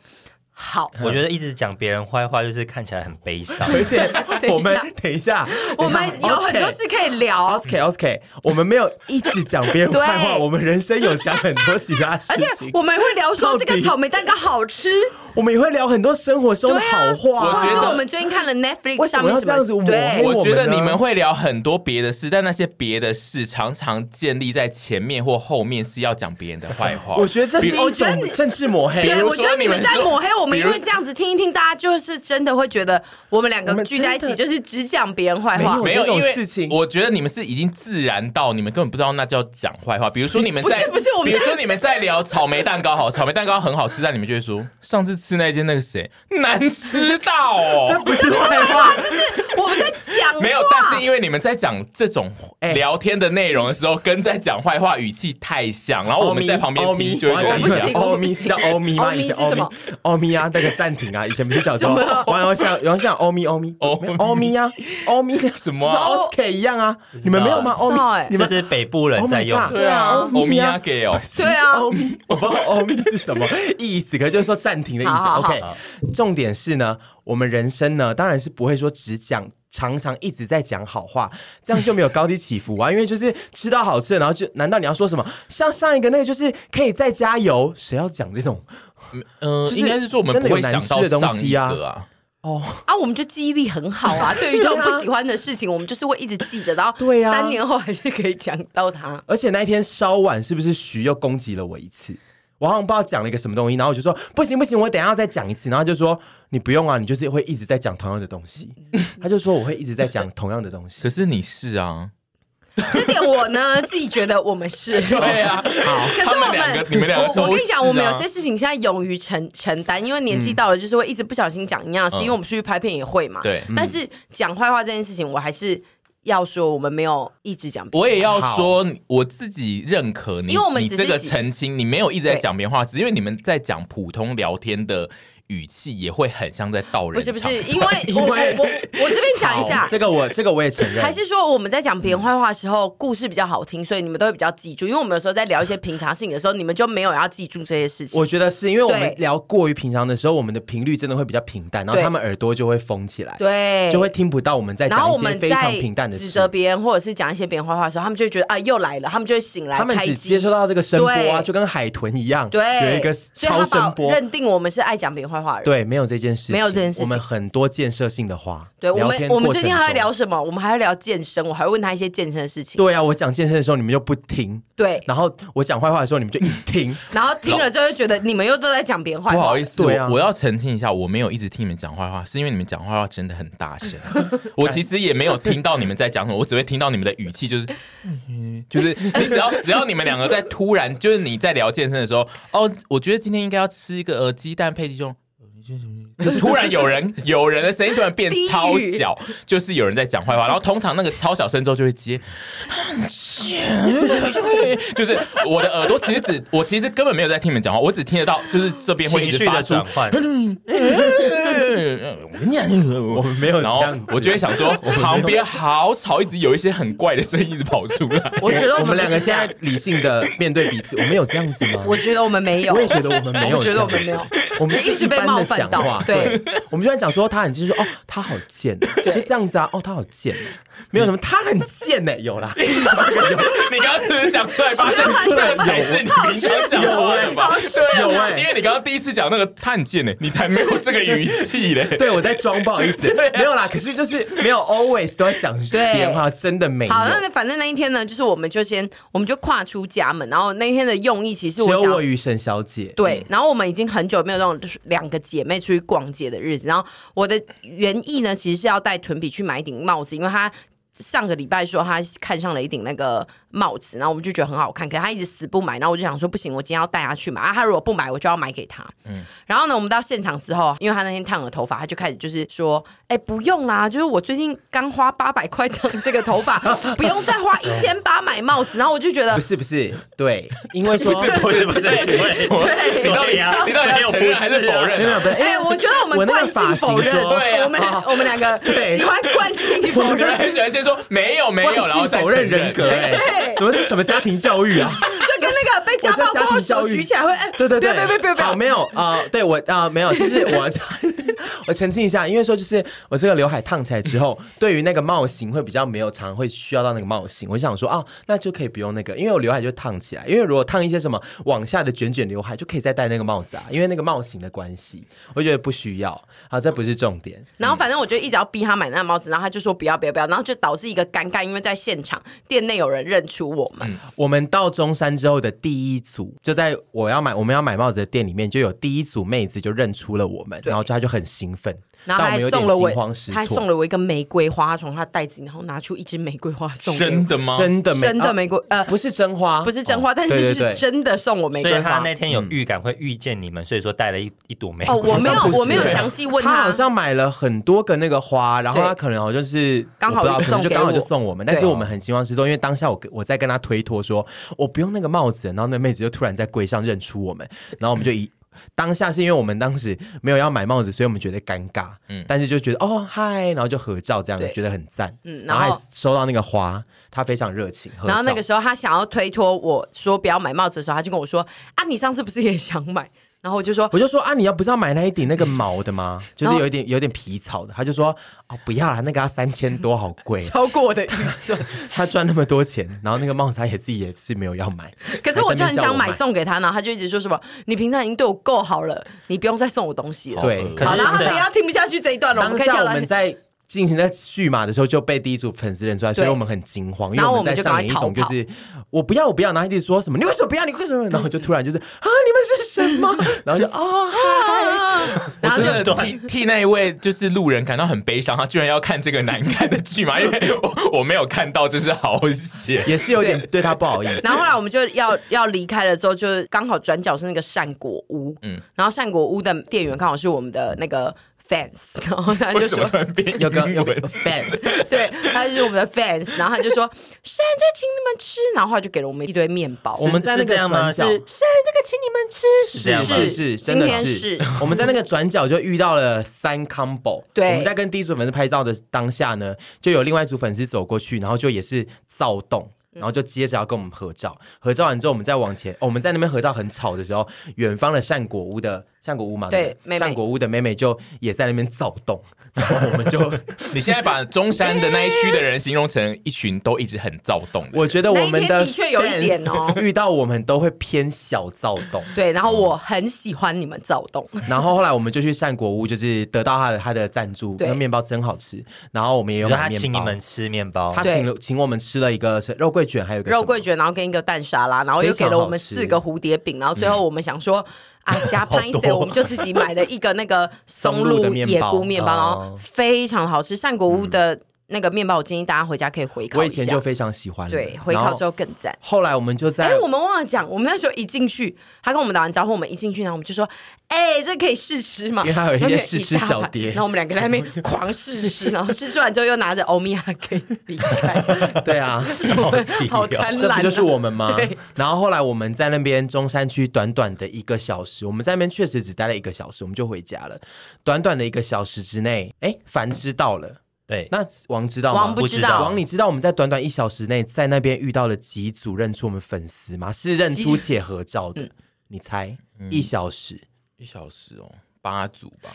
Speaker 1: 好，
Speaker 4: 我觉得一直讲别人坏话，就是看起来很悲伤。
Speaker 2: 而且
Speaker 1: <laughs> 等一下
Speaker 2: <laughs> 我们等一下，
Speaker 1: 我
Speaker 3: <laughs>
Speaker 1: 们有很多事可以聊。
Speaker 2: OK OK，我们没有一直讲别人坏话，
Speaker 1: <laughs> 对
Speaker 2: 我们人生有讲很多其他事
Speaker 1: 而且
Speaker 2: 情，
Speaker 1: 我们会聊说这
Speaker 2: 到
Speaker 1: 个
Speaker 2: 底
Speaker 1: 草莓蛋糕好吃，
Speaker 2: 我们也会聊很多生活中的好
Speaker 1: 或
Speaker 2: 话。
Speaker 3: 我
Speaker 1: 者
Speaker 3: 觉
Speaker 1: 是
Speaker 3: 得
Speaker 1: 啊我们最近看了
Speaker 2: 为
Speaker 1: Netflix
Speaker 2: 什
Speaker 1: 上
Speaker 2: 么
Speaker 1: 面
Speaker 2: 要
Speaker 1: 什么
Speaker 2: 这样子抹黑
Speaker 1: 对，
Speaker 3: 我觉得
Speaker 2: 哎我们呢
Speaker 3: 你们会聊很多别的事，但那些别的事常常建立在前面或后面是要讲别人的坏话。
Speaker 2: 我觉得这是
Speaker 1: 比我
Speaker 2: 一
Speaker 1: 觉得你
Speaker 2: 种政治抹黑。
Speaker 3: 比
Speaker 1: 对，
Speaker 3: 如
Speaker 1: 我觉得
Speaker 3: 说
Speaker 1: 你们
Speaker 3: 你们
Speaker 1: 在
Speaker 3: 说
Speaker 1: 抹黑我们，
Speaker 3: 比
Speaker 1: 因
Speaker 3: 如
Speaker 1: 为这样子听一听，大家就是真的会觉得我们两
Speaker 2: 我
Speaker 1: 个
Speaker 2: 们
Speaker 1: 聚在一起
Speaker 2: 真的
Speaker 1: 就是只讲别人坏
Speaker 2: 没
Speaker 1: 话
Speaker 2: 有。
Speaker 3: 没有
Speaker 2: 这种
Speaker 3: 因为
Speaker 2: 事情
Speaker 3: 我觉得你们是已经自然到你们根本不知道那叫讲坏话。比如说你们
Speaker 1: 不是
Speaker 3: 在，
Speaker 1: 不是我们
Speaker 3: 比如
Speaker 1: 在
Speaker 3: 说你们在聊草莓蛋糕，好，草莓蛋糕很好吃，但你们就会说上次吃那间那个谁难吃到
Speaker 2: 这
Speaker 3: 哦。
Speaker 2: 不是坏话，
Speaker 1: 我们在讲话
Speaker 3: 没有，但是因为你们在讲这种
Speaker 2: 哎
Speaker 3: 聊天的内容的时候，跟在讲坏话语气太像，
Speaker 1: 哦
Speaker 3: 然后我们在旁边
Speaker 2: 欧
Speaker 3: 听
Speaker 2: 咪，
Speaker 3: 就
Speaker 2: 我
Speaker 3: 会
Speaker 2: 要
Speaker 3: 讲
Speaker 1: 我
Speaker 2: 讲一
Speaker 1: 不
Speaker 2: 下
Speaker 1: 行
Speaker 2: 欧
Speaker 1: 我不
Speaker 2: 咪，
Speaker 1: 行
Speaker 2: 知道欧咪吗？
Speaker 1: 欧咪
Speaker 2: 以前
Speaker 1: 是
Speaker 2: 欧
Speaker 1: 什
Speaker 2: 咪
Speaker 1: 么，
Speaker 2: 欧咪啊，那个暂停啊，以前不是小时候
Speaker 1: 什么
Speaker 2: 玩游戏，玩游戏欧咪欧咪
Speaker 3: 欧咪
Speaker 2: 欧咪啊，欧咪
Speaker 3: 什么啊
Speaker 2: o k 一样啊，你们没有吗？
Speaker 1: 不
Speaker 2: 欧
Speaker 1: 知
Speaker 2: 咪
Speaker 1: 道哎，
Speaker 2: 你
Speaker 4: 这
Speaker 2: 们
Speaker 4: 是北部人
Speaker 2: Oh my
Speaker 4: 在用
Speaker 2: God
Speaker 1: 对啊
Speaker 3: 欧米
Speaker 2: 啊
Speaker 3: 亚给哦，
Speaker 1: 对啊
Speaker 2: 欧米，我不知道欧米是什么意思，可是就是说暂停的意思。
Speaker 1: 好好好
Speaker 2: OK，重点是呢，我们人生呢，当然是不会说只讲。常常一直在讲好话，这样就没有高低起伏啊！因为就是吃到好吃的，然后就难道你要说什么？像上一个那个就是可以再加油，谁要讲这种
Speaker 3: 嗯，
Speaker 2: 就是
Speaker 3: 应该是说我们
Speaker 2: 真的有
Speaker 3: 不会想
Speaker 2: 难
Speaker 3: 到
Speaker 2: 吃的东
Speaker 3: 上一
Speaker 2: 西啊
Speaker 3: 个啊。
Speaker 1: 啊，我们就记忆力很好啊。对于这种不喜欢的事情，我们就是会一直记着，然后
Speaker 2: 对啊
Speaker 1: 三年后还是可以讲到它。
Speaker 2: 而且那一天稍晚，是不是徐又攻击了我一次？我好像不知道讲了一个什么东西，然后我就说不行不行，我等一下要再讲一次。然后他就说你不用啊，你就是会一直在讲同样的
Speaker 1: <laughs>
Speaker 2: 东西。他就说我会一直在讲同样的东西
Speaker 3: 可。是你是啊，
Speaker 1: 这点我呢自己觉得我们
Speaker 3: <laughs>
Speaker 1: 是。
Speaker 3: 对啊，好，
Speaker 1: 可是
Speaker 3: 他
Speaker 1: 我
Speaker 3: 们两个，你们两个都是啊，
Speaker 1: 我我跟你讲，我们有些事情现在勇于承承担，因为年纪到了，就是会一直不小心讲一样的事，
Speaker 3: 嗯
Speaker 1: 因为我们出去拍片也会嘛。
Speaker 3: 对
Speaker 1: 但是讲坏话这件事情，我还是要说，我们没有一直讲别人。
Speaker 3: 我也要说，我自己认可你，
Speaker 1: 因为我们
Speaker 3: 你
Speaker 1: 只是
Speaker 3: 这个
Speaker 1: 喜
Speaker 3: 澄清，你没有一直在讲别话，只是因为你们在讲普通聊天的语气，也会很像在道人
Speaker 1: 不是不是
Speaker 3: 场，
Speaker 1: 因为我我我我这边讲一下
Speaker 2: 好，这个我这个我也承认，
Speaker 1: 还是说我们在讲别人坏话的时候，故事比较好听，所以你们都会比较记住。因为我们有时候在聊一些平常事情的时候，你们就没有要记住这些事情。
Speaker 2: 我觉得是因为我们
Speaker 1: 对
Speaker 2: 聊过于平常的时候，我们的频率真的会比较平淡，然后
Speaker 1: 对
Speaker 2: 他们耳朵就会封起来，
Speaker 1: 对，
Speaker 2: 就会。听不到我们在
Speaker 1: 然后
Speaker 2: 讲一
Speaker 1: 我
Speaker 2: 些
Speaker 1: 们
Speaker 2: 非常
Speaker 1: 在
Speaker 2: 平淡的
Speaker 1: 指
Speaker 2: 事
Speaker 1: 责。别人或者是讲一些别人坏话的时候，他们就会觉得啊又来了，他们就会醒来
Speaker 2: 他们
Speaker 1: 开
Speaker 2: 只
Speaker 1: 机
Speaker 2: 接。收到这个声波啊，
Speaker 1: 对
Speaker 2: 就跟海豚一样，
Speaker 1: 对，
Speaker 2: 有一个
Speaker 1: 所以他
Speaker 2: 超声
Speaker 1: 把
Speaker 2: 波，
Speaker 1: 认定我们是爱讲别人坏话的人。
Speaker 2: 对，没有这件事情，
Speaker 1: 没有这件事情
Speaker 2: 我们很多建设性的话，
Speaker 1: 对，我
Speaker 2: 聊
Speaker 1: 们
Speaker 2: 天
Speaker 1: 我们
Speaker 2: 过
Speaker 1: 最
Speaker 2: 程
Speaker 1: 近还会
Speaker 2: 中
Speaker 1: 聊。什么？我们还会聊健身，我还会问他一些健身的事情。
Speaker 2: 对啊，我讲健身的时候你们就不听，
Speaker 1: 对，
Speaker 2: 然后我讲坏话的时候你们就一直听。
Speaker 1: 然后听了就会觉得你们又都在讲别人坏话。
Speaker 3: 不好意思，
Speaker 2: 对啊
Speaker 3: 我我要澄清一下，我没有一直听你们讲坏话，是因为你们讲坏话真的很大声， <laughs> 我其实也没有听到你们在讲什么，我只会听到你们的语气，就是嗯 <laughs> 就是你只要只要你们两个在突然就是你在聊健身的时候，哦，我觉得今天应该要吃一个呃鸡蛋配鸡胸。呃就突然有 <laughs> 人有人的声音突然变超小，就是有人在讲坏话，然后通常那个超小声之后就会接， <laughs> 就是我的耳朵其实只我其实根本没有在听你们讲话，我只听得到就是这边会一直
Speaker 4: 情绪
Speaker 3: 发
Speaker 4: 的
Speaker 3: 出
Speaker 4: 转换，
Speaker 1: <laughs>
Speaker 2: 我们没有这
Speaker 3: 然后
Speaker 2: 样子，
Speaker 3: 我
Speaker 1: <laughs>
Speaker 3: 就会想说，旁边好吵，一直有一些很怪的声音一直跑出来。
Speaker 1: 我觉得
Speaker 2: 我
Speaker 1: 们
Speaker 2: 们两
Speaker 1: 不
Speaker 2: 个
Speaker 1: 是这
Speaker 2: 现
Speaker 1: 样
Speaker 2: 在理性的面对彼此，我们有这样子吗？
Speaker 1: 我觉得我们没有， <laughs>
Speaker 2: 我也觉得我们没有
Speaker 1: 我觉
Speaker 2: 这
Speaker 1: 得我
Speaker 2: 样子
Speaker 1: 们没有。
Speaker 2: 我们就是
Speaker 1: 一直被
Speaker 2: 般的
Speaker 1: 冒犯
Speaker 2: 讲
Speaker 1: 到
Speaker 2: 话，
Speaker 1: 对
Speaker 2: 对，我们就在讲说他很贱，就说哦他好贱，就这样子啊，哦他好
Speaker 1: <laughs>
Speaker 2: 贱，没有什么他很贱呢，有啦，
Speaker 3: 你刚刚是不是讲出来吧？
Speaker 1: 是
Speaker 3: 这
Speaker 1: 啊
Speaker 3: 这个才是你平常讲话的吧？对
Speaker 2: 有
Speaker 3: 啊，
Speaker 2: 欸
Speaker 3: 因为你刚刚第一次讲那个探贱呢，你才没有这个语气嘞。
Speaker 2: 对我在装，不
Speaker 1: <laughs>
Speaker 2: 好意思，没有啦，可是就是没有 always 都在讲
Speaker 1: 啊对
Speaker 2: 别人话，真的没有。
Speaker 1: 好，那反正那一天呢，就是我们就先，我们就跨出家门，然后那一天的用意其实
Speaker 2: 只
Speaker 1: 我
Speaker 2: 有
Speaker 1: 想
Speaker 2: 我与沈小姐，
Speaker 1: 对，然后我们已经很久没有这种就是两个姐妹出去逛街的日子。然后我的原意呢，其实是要带屯比去买一顶帽子，因为她上个礼拜说她看上了一顶那个帽子，然后我们就觉得很好看，可是她一直死不买。然后我就想说，不行，我今天要带她去买啊，她如果不买，我就要买给她。嗯，然后呢，我们到现场之后，因为她那天烫了头发，她就开始就是说，哎，不用啦，就是我最近刚花八百块烫这个头发，不用再花一千八买帽子。然后我就觉得
Speaker 2: 不，是不是，对，因为说
Speaker 4: 不是不是不是不是，
Speaker 1: 对，
Speaker 3: 你到底
Speaker 4: 对啊
Speaker 3: 你到底要承认还是
Speaker 2: 没
Speaker 3: 否
Speaker 2: 有没
Speaker 3: 认
Speaker 2: 有
Speaker 3: 啊？
Speaker 2: 不 <laughs> 是，
Speaker 1: 哎、我觉得我们
Speaker 2: 我那个
Speaker 1: 惯性
Speaker 2: 发型
Speaker 1: 否认，
Speaker 2: 说
Speaker 3: 对啊
Speaker 1: 我们俩我们两个
Speaker 2: 对
Speaker 1: 喜欢惯性否
Speaker 3: 我就
Speaker 1: 认
Speaker 3: 是，很喜欢先说没有没有，然后
Speaker 2: 惯性
Speaker 3: 再
Speaker 2: 否认人格，哎
Speaker 1: 对
Speaker 2: 怎么是什么家庭教育啊？
Speaker 1: 就跟那个被家
Speaker 2: 我在
Speaker 1: 暴
Speaker 2: 家
Speaker 1: 过后
Speaker 2: 庭教
Speaker 1: 手
Speaker 2: 育
Speaker 1: 举起来会，哎、
Speaker 2: 对对对，
Speaker 1: 别别别别，
Speaker 2: 好，没有啊、呃对我啊、呃没有，就是我 <laughs> 我澄清一下，因为说就是我这个刘海烫起来之后，对于那个帽型会比较没有常会需要到那个帽型，我就想说啊，那就可以不用那个，因为我刘海就烫起来，因为如果烫一些什么往下的卷卷刘海，就可以再戴那个帽子啊，因为那个帽型的关系，我觉得不需要。好，这不是重点，
Speaker 1: 然后反正我就一直要逼他买那个帽子，然后他就说不要不要不要，然后就导致一个尴尬，因为在现场店内有人认出我们，
Speaker 2: 我们到中山之后的第一组，就在我要买我们要买帽子的店里面，就有第一组妹子就认出了我们，然后她就很兴奋，
Speaker 1: 然后他
Speaker 2: 但我
Speaker 1: 还
Speaker 2: 们有
Speaker 1: 送
Speaker 2: 点
Speaker 1: 了
Speaker 2: 惊
Speaker 1: 我
Speaker 2: 慌，失
Speaker 1: 他还
Speaker 2: 措
Speaker 1: 送了我一个玫瑰花，从他袋子里然后拿出一支玫瑰花送给我
Speaker 3: 真的吗？
Speaker 2: 真的玫
Speaker 1: 真的
Speaker 2: 啊
Speaker 1: 玫瑰，呃，
Speaker 2: 不是真花，
Speaker 1: 不是真花，
Speaker 2: 哦
Speaker 1: 但是
Speaker 2: 对对
Speaker 1: 是
Speaker 2: 对
Speaker 1: 真的送我玫
Speaker 4: 所
Speaker 1: 瑰
Speaker 4: 以他
Speaker 1: 花。
Speaker 4: 那天有预感会遇见你们，所以说带了一一朵玫瑰。
Speaker 1: 嗯哦，我没有
Speaker 2: 好像不是
Speaker 1: 我没有详细问
Speaker 2: 他好像买了很多个那个花，然后他可能好像就是
Speaker 1: 刚好
Speaker 2: 我不知道
Speaker 1: 就送
Speaker 2: 可能就
Speaker 1: 给
Speaker 2: 刚好就
Speaker 1: 我
Speaker 2: 送我们，但是
Speaker 1: 对
Speaker 2: 我们很惊慌失措，因为当下我我在跟他推脱说我不用那个帽子，然后那妹子就突然在柜上认出我们，然后我们就一。 <laughs> 当下是因为我们当时没有要买帽子，所以我们觉得尴尬，嗯，但是就觉得哦嗨，然后就合照这样，
Speaker 1: 对
Speaker 2: 觉得很赞，嗯，
Speaker 1: 然
Speaker 2: 然
Speaker 1: 后
Speaker 2: 后还收到那个花，他非常热情，合
Speaker 1: 然后那
Speaker 2: 照
Speaker 1: 个时候他想要推脱我说不要买帽子的时候，他就跟我说：“啊，你上次不是也想买？” <laughs> 然后我就说。
Speaker 2: 我就说啊，你要不是要买那一顶那个毛的吗？就是有一点有一点皮草的。他就说哦，不要啦，那个要三千多，好贵
Speaker 1: <laughs> 超过我的预算。
Speaker 2: 他赚那么多钱，然后那个帽子他也自己也是没有要买。
Speaker 1: <laughs> 可是我就很想买
Speaker 2: 还在
Speaker 1: 送给他，然后他就一直说什么：“你平常已经对我够好了，你不用再送我东西了。”
Speaker 2: 那边叫我买。对，
Speaker 4: 可是
Speaker 1: 好，然后他
Speaker 4: 是
Speaker 1: 们
Speaker 4: 啊
Speaker 1: 要听不下去这一段了，我们
Speaker 2: 当
Speaker 1: 可以
Speaker 2: 下
Speaker 1: 跳
Speaker 2: 我
Speaker 1: 到。
Speaker 2: 们在。进行在续码的时候就被第一组粉丝认出来，所以我们很惊慌，因
Speaker 1: 然
Speaker 2: 为
Speaker 1: 后
Speaker 2: 们在
Speaker 1: 我
Speaker 2: 上
Speaker 1: 们就
Speaker 2: 演一
Speaker 1: 赶快
Speaker 2: 种就是我不要我不要，然后他一直说什么你为什么不要你为什么，然后就突然就是啊你们是什么， <laughs> 然后就哦嗨，
Speaker 1: <laughs> 然后
Speaker 3: 真
Speaker 1: 就
Speaker 3: 的替替那一位就是路人感到很悲伤，他居然要看这个难看的剧嘛？因为我我没有看到，真是好险。
Speaker 2: 也是有点对他不好意
Speaker 1: <laughs>
Speaker 2: 思。
Speaker 1: 然后后来我们就要要离开了之后，就是刚好转角是那个善果屋，嗯，然后善果屋的店员刚好是我们的那个 fans，然后他就
Speaker 3: 为什
Speaker 1: 说
Speaker 3: 么突然变
Speaker 2: 有个
Speaker 3: 英
Speaker 1: <laughs>
Speaker 2: 有个
Speaker 3: 文
Speaker 2: fans，
Speaker 1: 对，他就是我们的 fans，然后他就说：“ <laughs> 珊这请你们吃。”然后他就给了我们一堆面包。
Speaker 2: 我们在那
Speaker 4: 是这
Speaker 2: 个
Speaker 4: 样吗
Speaker 2: 转角，
Speaker 4: 是
Speaker 1: 珊这个请你们吃，
Speaker 4: 是这样吗
Speaker 2: 是
Speaker 1: 是
Speaker 2: 是，真的
Speaker 1: 今天
Speaker 2: 是
Speaker 1: 是。
Speaker 2: <laughs> 我们在那个转角就遇到了三 combo。
Speaker 1: 对
Speaker 2: 我们在跟第一组粉丝拍照的当下呢，就有另外一组粉丝走过去，然后就也是躁动。
Speaker 1: 嗯
Speaker 2: 然后就接着要跟我们合照，合照完之后，我们再往前、哦我们在那边合照很吵的时候，远方的善果屋的善果屋嘛，
Speaker 1: 对
Speaker 2: 不
Speaker 1: 妹妹
Speaker 2: 善果屋的妹妹就也在那边躁动，然后我们就， <laughs>
Speaker 3: 你现在把中山的那一区的人形容成一群都一直很躁动的，
Speaker 2: 我觉得我们
Speaker 1: 那一天
Speaker 2: 的
Speaker 1: 的确有一点哦
Speaker 2: fans 遇到我们都会偏小躁动，
Speaker 1: 对，然后我很喜欢你们躁动，
Speaker 2: <laughs> 然后后来我们就去善果屋，就是得到他的他的赞助，
Speaker 1: 对
Speaker 2: 那面包真好吃。然后我们也有
Speaker 4: 你说他
Speaker 2: 买面包，
Speaker 4: 请你们吃面包，
Speaker 2: 他
Speaker 1: 对
Speaker 2: 请了请我们吃了一个是肉桂卷，还有一个
Speaker 1: 肉桂
Speaker 2: 卷。
Speaker 1: 卷，然后跟一个蛋沙拉，然后又给了我们四个蝴蝶饼，然后最
Speaker 2: 嗯
Speaker 1: 后我们想说。
Speaker 2: <laughs>
Speaker 1: 啊，加潘一
Speaker 4: 好
Speaker 1: 些，
Speaker 4: 多
Speaker 1: 我们就自己买了一个那个松
Speaker 2: 松露
Speaker 1: 露
Speaker 2: 的面包嗯
Speaker 1: 野菇面包，然后
Speaker 4: 哦
Speaker 1: 非常好吃。善果屋的那个面包，我建议大家回家可以回烤
Speaker 2: 我
Speaker 1: 一
Speaker 2: 以前
Speaker 1: 下
Speaker 2: 就。非常喜欢了。
Speaker 1: 对，回烤之后
Speaker 2: 后，
Speaker 1: 更赞。
Speaker 2: 后来我们就
Speaker 1: 哎、
Speaker 2: 在
Speaker 1: 我们忘了讲，我们那时候一进去，他跟我们打完招呼，我们一进去，然后我们就说：“哎、这可以试吃嘛？”
Speaker 2: 因为他有一些
Speaker 1: 然后就
Speaker 2: 试
Speaker 1: 一
Speaker 2: 吃
Speaker 1: 大
Speaker 2: 小
Speaker 1: 盘
Speaker 2: 碟
Speaker 1: 然后我们两个在那边狂试吃，然后试吃完之后又拿着欧米亚给离
Speaker 2: <laughs>
Speaker 1: 开，
Speaker 2: <laughs>
Speaker 1: <laughs>
Speaker 2: 对啊，
Speaker 1: 好贪婪、
Speaker 2: 这
Speaker 1: 啊。
Speaker 2: 不就是我们吗
Speaker 1: 对？
Speaker 2: 然后后来我们在那边中山区短短的一个小时，我们在那边确实只待了一个小时，我们就回家了。短短的一个小时之内，哎，凡知道了。
Speaker 4: 对，
Speaker 2: 那王知道吗？
Speaker 1: 王不
Speaker 4: 知道
Speaker 2: 王，你知道我们在短短一小时内在那边遇到了几
Speaker 1: 嗯
Speaker 2: 组认出我们粉丝吗？是认出且合照的，你猜？一小时
Speaker 3: <laughs> 一小时哦，八组吧。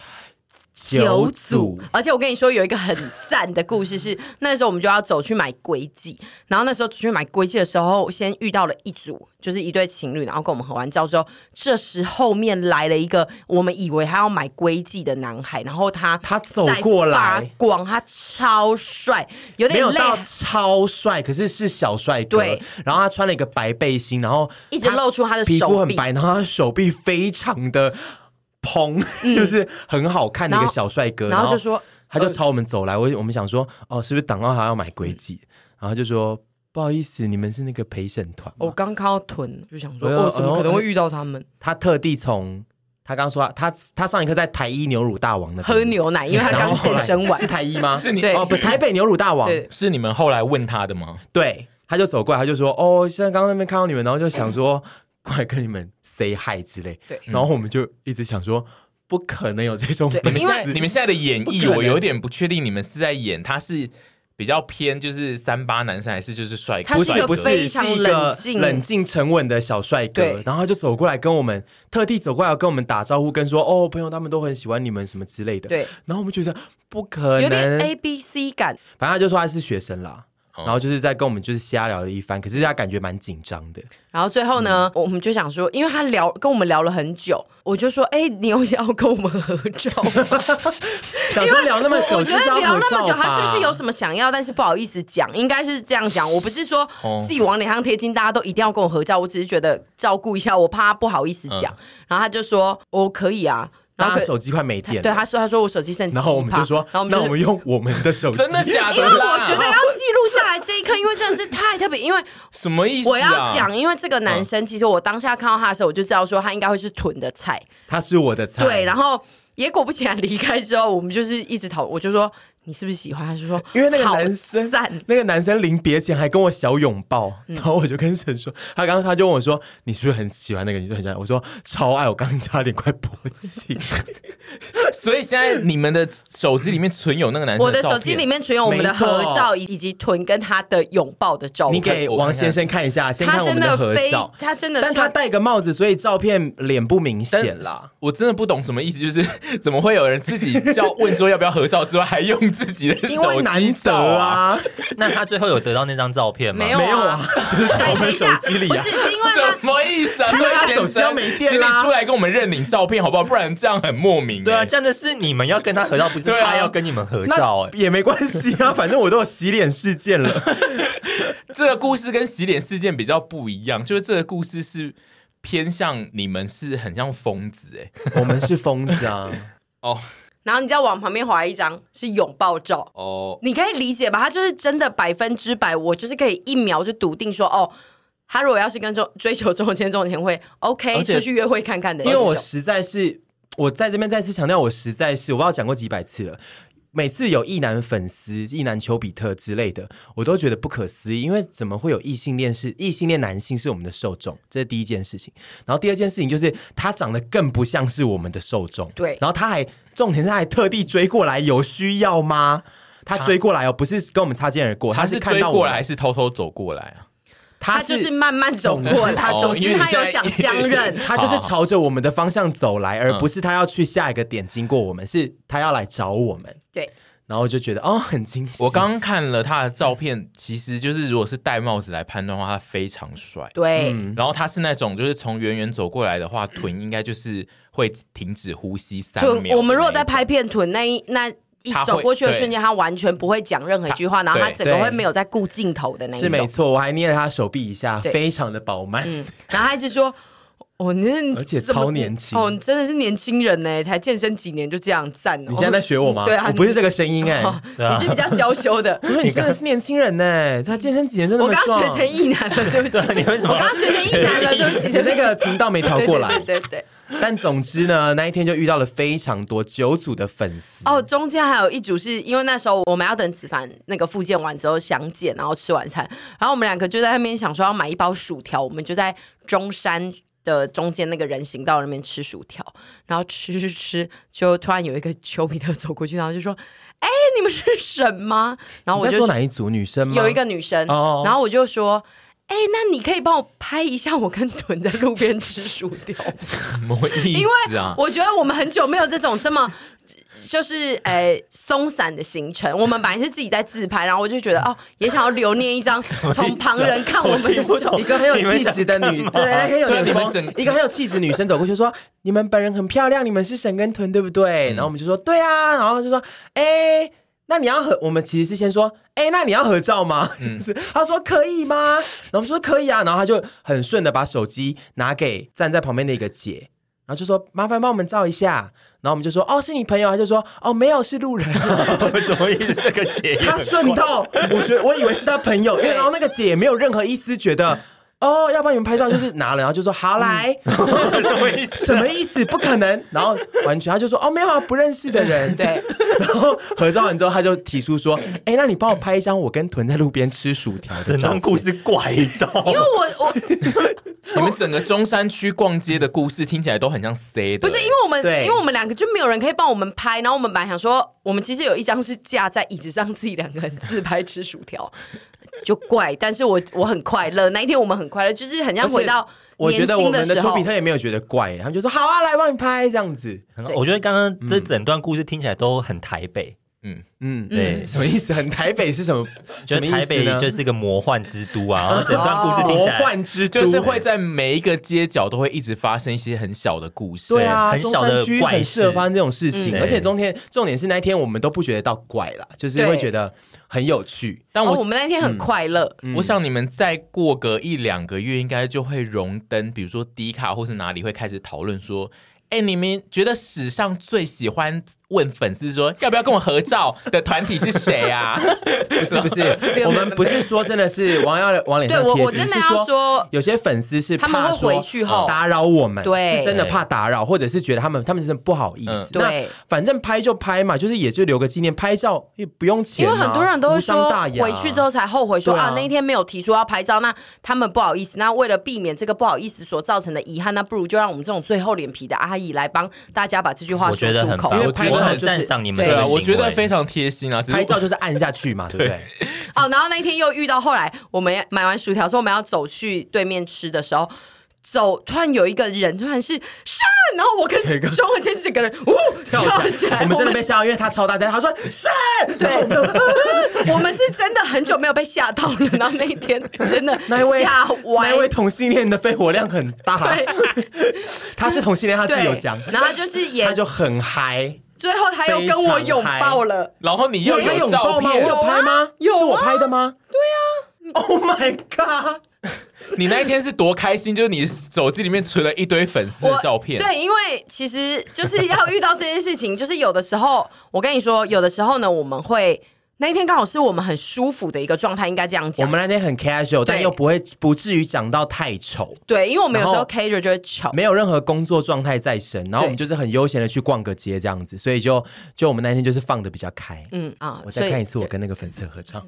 Speaker 2: 九组，
Speaker 1: 而且我跟你说有一个很赞的故事是， <laughs> 那时候我们就要走去买龟记，然后那时候出去买龟记的时候，先遇到了一组，就是一对情侣，然后跟我们合完照之后，这时后面来了一个我们以为他要买龟记的男孩，然后他
Speaker 2: 他走过来
Speaker 1: 在发光，他超帅，有
Speaker 2: 没
Speaker 1: 点
Speaker 2: 有
Speaker 1: 累，
Speaker 2: 到超帅，可是是小帅哥。
Speaker 1: 对，
Speaker 2: 然后他穿了一个白背心，然后
Speaker 1: 一直
Speaker 2: 他
Speaker 1: 露出他的
Speaker 2: 皮肤
Speaker 1: 手
Speaker 2: 很
Speaker 1: 臂，
Speaker 2: 白，然后他手臂非常的蓬，就是很好看的
Speaker 1: 嗯
Speaker 2: 一
Speaker 1: 然
Speaker 2: 个
Speaker 1: 后
Speaker 2: 小帅哥。
Speaker 1: 然后就说哦呃
Speaker 2: 他就朝我们走来，我我们想说，哦，是不是等到他要买龟记？然后就说不好意思，你们是那个陪审团吗。
Speaker 1: 我刚看到臀就想说，
Speaker 2: 哎呦
Speaker 1: 哦，怎么可能
Speaker 2: 哎呦
Speaker 1: 会遇到他们？
Speaker 2: 他特地从他刚说他他上一课在台一牛乳大王那边
Speaker 1: 喝牛奶，因为他
Speaker 2: 然后
Speaker 1: 刚
Speaker 2: 后
Speaker 1: 健
Speaker 2: 来
Speaker 1: 身完
Speaker 2: 是，台一吗？
Speaker 3: 啊是你
Speaker 1: 对
Speaker 2: 哦，不，台北牛乳大王
Speaker 1: 对，
Speaker 3: <laughs> 是你们后来问他的吗？
Speaker 2: 对，他就走过来，他就说：“哦，现在刚刚那边看到你们，然后就想说 <laughs> 过来跟你们 say hi 之类。”
Speaker 1: 嗯对
Speaker 2: 然后我们就一直想说，不可能有这种
Speaker 1: 对
Speaker 2: 本
Speaker 3: 你
Speaker 1: 因
Speaker 2: 事
Speaker 3: 们现
Speaker 1: 为
Speaker 3: 在你们现在的演
Speaker 2: 不可
Speaker 3: 绎，
Speaker 2: 能
Speaker 3: 我有点不确定，你们是在演他是比较偏就是三八男生，还是就是帅
Speaker 1: 他
Speaker 3: 哥？
Speaker 2: 不
Speaker 1: 是一
Speaker 2: 是
Speaker 1: 个
Speaker 2: 不
Speaker 3: 帅
Speaker 2: 是
Speaker 3: 哥
Speaker 1: 非常
Speaker 2: 是一
Speaker 1: 冷静
Speaker 2: 个冷静沉稳的小帅哥
Speaker 1: 对，
Speaker 2: 然后他就走过来跟我们特地走过来跟我们打招呼，跟说：“哦，朋友他们都很喜欢你们什么之类的。”
Speaker 1: 对，
Speaker 2: 然后我们觉得不可
Speaker 1: 有点
Speaker 2: 能，
Speaker 1: A B C 感。
Speaker 2: 反正他就说他是学生啦。
Speaker 3: 哦
Speaker 2: 然后就是在跟我们就是瞎聊了一番，可是他感觉蛮紧张
Speaker 1: <laughs>
Speaker 2: 的。
Speaker 1: 然后最后呢，
Speaker 2: 嗯
Speaker 1: 我们就想说，因为他聊跟我们聊了很久，我就说，哎、你有想要跟我们合照吗？
Speaker 2: 想说 <laughs> 聊那么
Speaker 1: 我
Speaker 2: 久，
Speaker 1: 我
Speaker 2: 就
Speaker 1: 觉
Speaker 2: 是
Speaker 1: 得
Speaker 2: 要
Speaker 1: 聊
Speaker 2: 合
Speaker 1: 那么久，
Speaker 2: 照
Speaker 1: 他是不
Speaker 2: 吧
Speaker 1: 是有什么想要，但是不好意思讲？应该是这样讲。我不是说
Speaker 3: 哦
Speaker 1: 自己往脸上贴金，大家都一定要跟我合照，我只是觉得照顾一下，我怕他不好意思讲。然后他就说，我、可以啊。然
Speaker 2: 然
Speaker 1: 后
Speaker 2: 后
Speaker 1: 可
Speaker 2: 他嗯手机快没电了，
Speaker 1: 对他说，他说我手机剩七
Speaker 2: 然后我们就说，
Speaker 1: 然后我们就
Speaker 2: 那我们用我们的手机，
Speaker 3: 真的假
Speaker 1: 因
Speaker 3: 的
Speaker 1: 为我
Speaker 3: 啦？
Speaker 1: 觉得要记录下来这一刻，因为真的是太特别，因为
Speaker 3: 什么
Speaker 2: 啊
Speaker 3: 意思？啊
Speaker 1: 我要，讲，因为这个男生，其实我当下看到他的时候，我就知道说他应该会是囤的菜。
Speaker 2: <laughs> 他是我的菜，
Speaker 1: 对，然
Speaker 2: 后。
Speaker 1: 后也果不其然离开之后，我们就是一直讨，我就说你是不是喜欢？他就说
Speaker 2: 因为那个
Speaker 1: 好
Speaker 2: 男生
Speaker 1: 赞，嗯
Speaker 2: 那个男生临别前还跟我小拥抱，然后我就跟神说，他刚刚他就问我说，你是不是很喜欢那个？你是不是很喜欢？我说超爱，我刚刚差点快勃
Speaker 1: <laughs>
Speaker 2: 起。
Speaker 3: 所以现在你们的手机里面存有那个男生
Speaker 1: 我的
Speaker 3: 照片
Speaker 1: 手机里面存有我们的
Speaker 2: 没错
Speaker 1: 合照，以以及囤跟他的拥抱的照
Speaker 2: 你
Speaker 1: 片。
Speaker 2: 给王先生看一下，先
Speaker 1: 他
Speaker 2: 看我
Speaker 1: 真
Speaker 2: 们的合
Speaker 1: 非
Speaker 2: 照，。
Speaker 1: 他真的
Speaker 2: 但他
Speaker 1: 算，
Speaker 2: 戴个帽子，所以照片脸不明显啦。
Speaker 3: 我真的不懂什么意思，就是 <laughs> 怎么会有人自己叫问说要不要合照之外，还用自己的
Speaker 2: <laughs> 因
Speaker 3: 手
Speaker 2: 为
Speaker 3: 机
Speaker 2: 难得
Speaker 3: 照啊？
Speaker 2: 啊，
Speaker 4: 那他最后有得到那张照片吗？
Speaker 1: 没有
Speaker 2: 没有啊，就是
Speaker 1: <laughs>
Speaker 2: 在
Speaker 1: 对，等
Speaker 2: 我们
Speaker 1: 一
Speaker 2: 手
Speaker 1: 下，不是
Speaker 2: 机
Speaker 1: 是
Speaker 2: 里
Speaker 1: 因
Speaker 2: 啊。
Speaker 1: 为他
Speaker 2: <laughs>
Speaker 3: 什。么意思啊？
Speaker 2: 他
Speaker 3: 所以
Speaker 2: 他
Speaker 3: 先
Speaker 2: 手机要
Speaker 3: 生
Speaker 2: 没电啊
Speaker 3: 请
Speaker 2: 啦
Speaker 3: 你出来跟我们认领照片好不好？不然这样很莫名、欸。
Speaker 4: 对啊，真的是你们要跟他合照，不是
Speaker 3: 对啊
Speaker 4: 他要跟你们合照
Speaker 2: 那
Speaker 4: 哎、
Speaker 2: 也没关系啊，反正我都有洗脸事件了。
Speaker 3: 这个故事跟洗脸事件比较不一样，就是这个故事是偏向你们是很像疯子哎、
Speaker 2: <laughs> 我们是疯子啊！
Speaker 3: 哦
Speaker 1: 然后你再往旁边划一张是拥抱照，
Speaker 3: 哦，
Speaker 1: 你可以理解吧？他就是真的百分之百，我就是可以一秒就笃定说，哦，他如果要是跟中追求中间中间会 OK，
Speaker 2: 而且
Speaker 1: 出去约会看看的
Speaker 2: 因
Speaker 1: 那
Speaker 2: 为
Speaker 1: 种，
Speaker 2: 我实在是，我在这边再次强调，我实在是，我不知道讲过几百次了。每次有异男粉丝、异男丘比特之类的，我都觉得不可思议，因为怎么会有异性恋是异性恋男性是我们的受众？这是第一件事情。然后第二件事情就是他长得更不像是我们的受众，
Speaker 1: 对
Speaker 2: 然后他还重点是他还特地追过来，有需要吗？他追过来哦，不是跟我们擦肩而过，
Speaker 3: 他
Speaker 2: 是
Speaker 3: 是
Speaker 2: 看
Speaker 3: 追
Speaker 2: 到我
Speaker 3: 过
Speaker 2: 们
Speaker 3: 来还，是偷偷走过来啊？
Speaker 1: 他
Speaker 2: 他。
Speaker 1: 就是慢慢走过来，
Speaker 3: 总之
Speaker 1: 总
Speaker 3: 哦因
Speaker 1: 之
Speaker 3: 为你
Speaker 1: 他有
Speaker 3: 现在
Speaker 1: 想相认
Speaker 2: <laughs> 他就是朝着我们的方向走来，而不是他要去下一个点经过我们，是他要来找我们，
Speaker 1: 对，
Speaker 2: 然后就觉得哦很惊喜。
Speaker 3: 我刚刚看了他的照片，其实就是如果是戴帽子来判断的话，他非常帅。
Speaker 1: 对，
Speaker 2: 嗯
Speaker 3: 然后他是那种，就是从远远走过来的话，臀应该就是会停止呼吸三
Speaker 1: 就
Speaker 3: 秒。
Speaker 1: 我们如果在拍，片臀那一那一
Speaker 3: 他会
Speaker 1: 走过去的
Speaker 3: 对
Speaker 1: 瞬间，他完全不会讲任何一句话，然后他整个
Speaker 2: 对
Speaker 1: 会没有在顾镜头的那
Speaker 2: 是
Speaker 1: 一
Speaker 2: 没
Speaker 1: 种，
Speaker 2: 错，我还捏了他手臂一下，
Speaker 1: 对嗯
Speaker 2: 非常的饱满。
Speaker 1: 然后他一直说。哦，你
Speaker 2: 而且
Speaker 1: 怎么
Speaker 2: 超年轻
Speaker 1: 哦，你真的是年轻人呢，才健身几年就这样赞哦。
Speaker 2: 你现在
Speaker 1: <laughs>
Speaker 2: 在学我吗？
Speaker 1: 对啊
Speaker 2: 我不是这个声音哎、
Speaker 1: 哦
Speaker 4: 对啊
Speaker 1: 你是比较娇羞的。
Speaker 2: 我说你真的是年轻人呢、他健身几年真的
Speaker 1: 我
Speaker 2: 那么
Speaker 1: 刚
Speaker 2: 壮。
Speaker 1: 学成一男了，对不起。
Speaker 4: 你为什么
Speaker 1: 我刚学成一男了，对不起，
Speaker 2: <laughs> 你
Speaker 1: 对
Speaker 2: 的
Speaker 1: 不起。
Speaker 2: 那个频道没调过来，
Speaker 1: 对对对对。
Speaker 2: 但总之呢，那一天就遇到了非常多九组的粉丝，
Speaker 1: 哦，中间还有一组是因为那时候我们要等子凡那个复健完之后相见，然后吃晚餐，然后我们两个就在那边想说要买一包薯条，我们就在中山。的中间那个人行道那边吃薯条，然后吃吃吃，就突然有一个丘比特走过去，然后就说：“哎、你们是神吗？”然后
Speaker 2: 你
Speaker 1: 我就
Speaker 2: 在说哪一组女生吗？
Speaker 1: 有一个女生，
Speaker 2: 哦
Speaker 1: 然后我就说：“哎、那你可以帮我拍一下我跟屯在路边吃薯条
Speaker 2: <laughs>
Speaker 1: 吗？
Speaker 3: 什么意
Speaker 1: 因为 <laughs>
Speaker 3: 思啊？
Speaker 1: 我觉得我们很久没有这种这么。就是诶松散的行程，我们本来是自己在自拍，然后我就觉得哦，也想要留念一张从旁人看我们的照
Speaker 2: 一个很有气质的女，对，很有
Speaker 3: 对啊你们
Speaker 2: 女
Speaker 3: 整
Speaker 2: 一个很有气质的女生走过去说：“你们本人很漂亮，你们是沈跟屯对不对？”
Speaker 3: 嗯
Speaker 2: 然后我们就说：“对啊。”然后就说：“哎，那你要合？”我们其实是先说：“哎，那你要合照吗？”
Speaker 3: 嗯
Speaker 2: 是他说：“可以吗？”然后我们说：“可以啊。”然后他就很顺的把手机拿给站在旁边的一个姐。然后就说麻烦帮我们照一下，然后我们就说哦是你朋友，他就说哦没有是路人， <laughs>
Speaker 4: <laughs> 什么意思？这个姐
Speaker 2: 他顺道，我觉得我以为是他朋友，因为然后那个姐也没有任何一丝觉得。哦，要帮你们拍照，就是拿了，然后就说好来，
Speaker 4: 什么意思？
Speaker 2: 什么意思？不可能。然后完全他就说哦，没有啊，不认识的
Speaker 1: <laughs>
Speaker 2: 人。
Speaker 1: 对，
Speaker 2: <laughs> 然后合照完之后，他就提出说，哎，那你帮我拍一张我跟屯在路边吃薯条的
Speaker 4: 整
Speaker 2: 照
Speaker 4: <laughs> 段
Speaker 2: 片。
Speaker 4: 故事怪到
Speaker 1: 因为我我
Speaker 3: 你们整个中山区逛街的故事听起来都很像 C 的，
Speaker 1: 不是因为我们，
Speaker 2: 对
Speaker 1: 因为我们两个就没有人可以帮我们拍，然后我们本来想说，我们其实有一张是架在椅子上，自己两个人自拍吃薯条， <laughs> 就怪，但是我我很快乐，那一天我们很快乐，就是很像回到
Speaker 2: 我觉
Speaker 1: 年
Speaker 2: 得我
Speaker 1: 轻
Speaker 2: 们的
Speaker 1: 时
Speaker 2: 丘
Speaker 1: 候
Speaker 2: 比。特也没有觉得怪，他们就说好啊，来帮你拍这样子。
Speaker 4: 很好我觉得刚刚这整段故事听起来都很台北，
Speaker 2: 嗯，
Speaker 4: 对
Speaker 2: 什么意思？很台北是什么？
Speaker 4: <laughs>
Speaker 2: 什
Speaker 4: 就是
Speaker 2: 么意思
Speaker 4: 台北
Speaker 2: 呢
Speaker 4: 就是一个魔幻之都啊，然后整段故事听起
Speaker 2: 魔
Speaker 4: 来
Speaker 2: 幻之都，
Speaker 3: 就是会在每一个街角都会一直发生一些很小的故事。
Speaker 2: 对啊，
Speaker 4: 很小的
Speaker 2: 中山区
Speaker 4: 怪
Speaker 2: 很适合
Speaker 4: 事
Speaker 2: 发生这种事情，
Speaker 4: 嗯
Speaker 2: 而且中天重点是那一天我们都不觉得到怪啦，就是会
Speaker 1: 对
Speaker 2: 觉得很有趣。
Speaker 3: 但
Speaker 1: 哦
Speaker 3: 我、
Speaker 1: 我们那天很快乐，
Speaker 2: 嗯
Speaker 3: 我想你们再过个一两个月，应该就会荣登，比如说迪卡或是哪里会开始讨论说。哎、你们觉得史上最喜欢问粉丝说要不要跟我合照的团体是谁
Speaker 1: <laughs>
Speaker 3: 啊？
Speaker 2: 不是不
Speaker 1: 没
Speaker 2: 是，
Speaker 1: 有
Speaker 2: 我
Speaker 1: 没有
Speaker 2: 们不是说真的是往要往脸
Speaker 1: 对
Speaker 2: 上
Speaker 1: 我
Speaker 2: 贴
Speaker 1: 我
Speaker 2: 金，
Speaker 1: 真的
Speaker 2: 是
Speaker 1: 要说，
Speaker 2: 有些粉丝是
Speaker 1: 他们
Speaker 2: 怕
Speaker 1: 会
Speaker 2: 说
Speaker 1: 回去后
Speaker 2: 打扰我们，
Speaker 1: 对
Speaker 2: 是真的怕打扰，或者是觉得他们他们真的不好意思
Speaker 3: 嗯。
Speaker 1: 对
Speaker 2: 那反正拍就拍嘛，就是也就留个纪念，拍照也不用钱
Speaker 1: 因
Speaker 2: 啊，
Speaker 1: 为很多人都会
Speaker 2: 无伤
Speaker 1: 说
Speaker 2: 大雅
Speaker 1: 回去之后才后悔说
Speaker 2: 对啊
Speaker 1: 啊那一天没有提出要拍照，那他们不好意思，那为了避免这个不好意思所造成的遗憾，那不如就让我们这种最厚脸皮的阿姨来帮大家把这句话说
Speaker 4: 我觉得
Speaker 1: 出
Speaker 4: 很
Speaker 1: 口
Speaker 4: 棒，。
Speaker 2: 因为
Speaker 4: 我
Speaker 2: 拍
Speaker 4: 觉得
Speaker 2: 照
Speaker 4: 很
Speaker 2: 就是
Speaker 4: 赞赏你们
Speaker 1: 对
Speaker 4: 这
Speaker 3: 对
Speaker 4: 个
Speaker 3: 啊，
Speaker 4: 行为。
Speaker 3: 我觉得非常贴心啊。只是
Speaker 2: 拍照就是按下去嘛，对不对？
Speaker 1: 哦，然后那一天又遇到，后来我们买完薯条之后，我们要走去对面吃的时候，走突然有一个人突然是上，然后我跟周文健整个人呜跳起来，
Speaker 2: 我们真的被吓到，因为他超大声，他说是，
Speaker 1: 对，呃我们 <laughs> 是真的很久没有被吓到了，然后那一天真的
Speaker 2: 那一位
Speaker 1: 吓歪
Speaker 2: 那。位同性恋的肺活量很大， <laughs>
Speaker 1: 对
Speaker 2: 他是同性恋，他自己有
Speaker 1: 对
Speaker 2: 讲，，
Speaker 1: 然后他就是也
Speaker 2: 他就很嗨。
Speaker 1: 最后他又跟我拥抱了，
Speaker 3: <laughs> 然后你又
Speaker 2: 他
Speaker 3: 有
Speaker 2: 拥
Speaker 3: 照
Speaker 2: 抱吗？我
Speaker 3: 片，
Speaker 2: 有拍吗？
Speaker 1: 有啊
Speaker 2: 是我拍的吗？对啊。Oh my god！
Speaker 3: 你那一天是多开心？就是你手机里面存了一堆粉丝的
Speaker 1: 我
Speaker 3: 照片，
Speaker 1: 对，因为其实就是要遇到这件事情， <laughs> 就是有的时候，我跟你说，有的时候呢，我们会那一天刚好是我们很舒服的一个状态，应该这样
Speaker 2: 我
Speaker 1: 讲。
Speaker 2: 们那天很 casual，但又不会不至于长到太丑，
Speaker 1: 对，因为我们有时候
Speaker 2: 然后
Speaker 1: K 着就会吵。
Speaker 2: 没有任何工作状态在身，然后我们
Speaker 1: 对
Speaker 2: 就是很悠闲的去逛个街这样子，所以就就我们那天就是放的比较开。嗯，
Speaker 1: 嗯啊，
Speaker 2: 我
Speaker 1: 所
Speaker 2: 再
Speaker 1: 以
Speaker 2: 看一次我跟那个粉丝合照，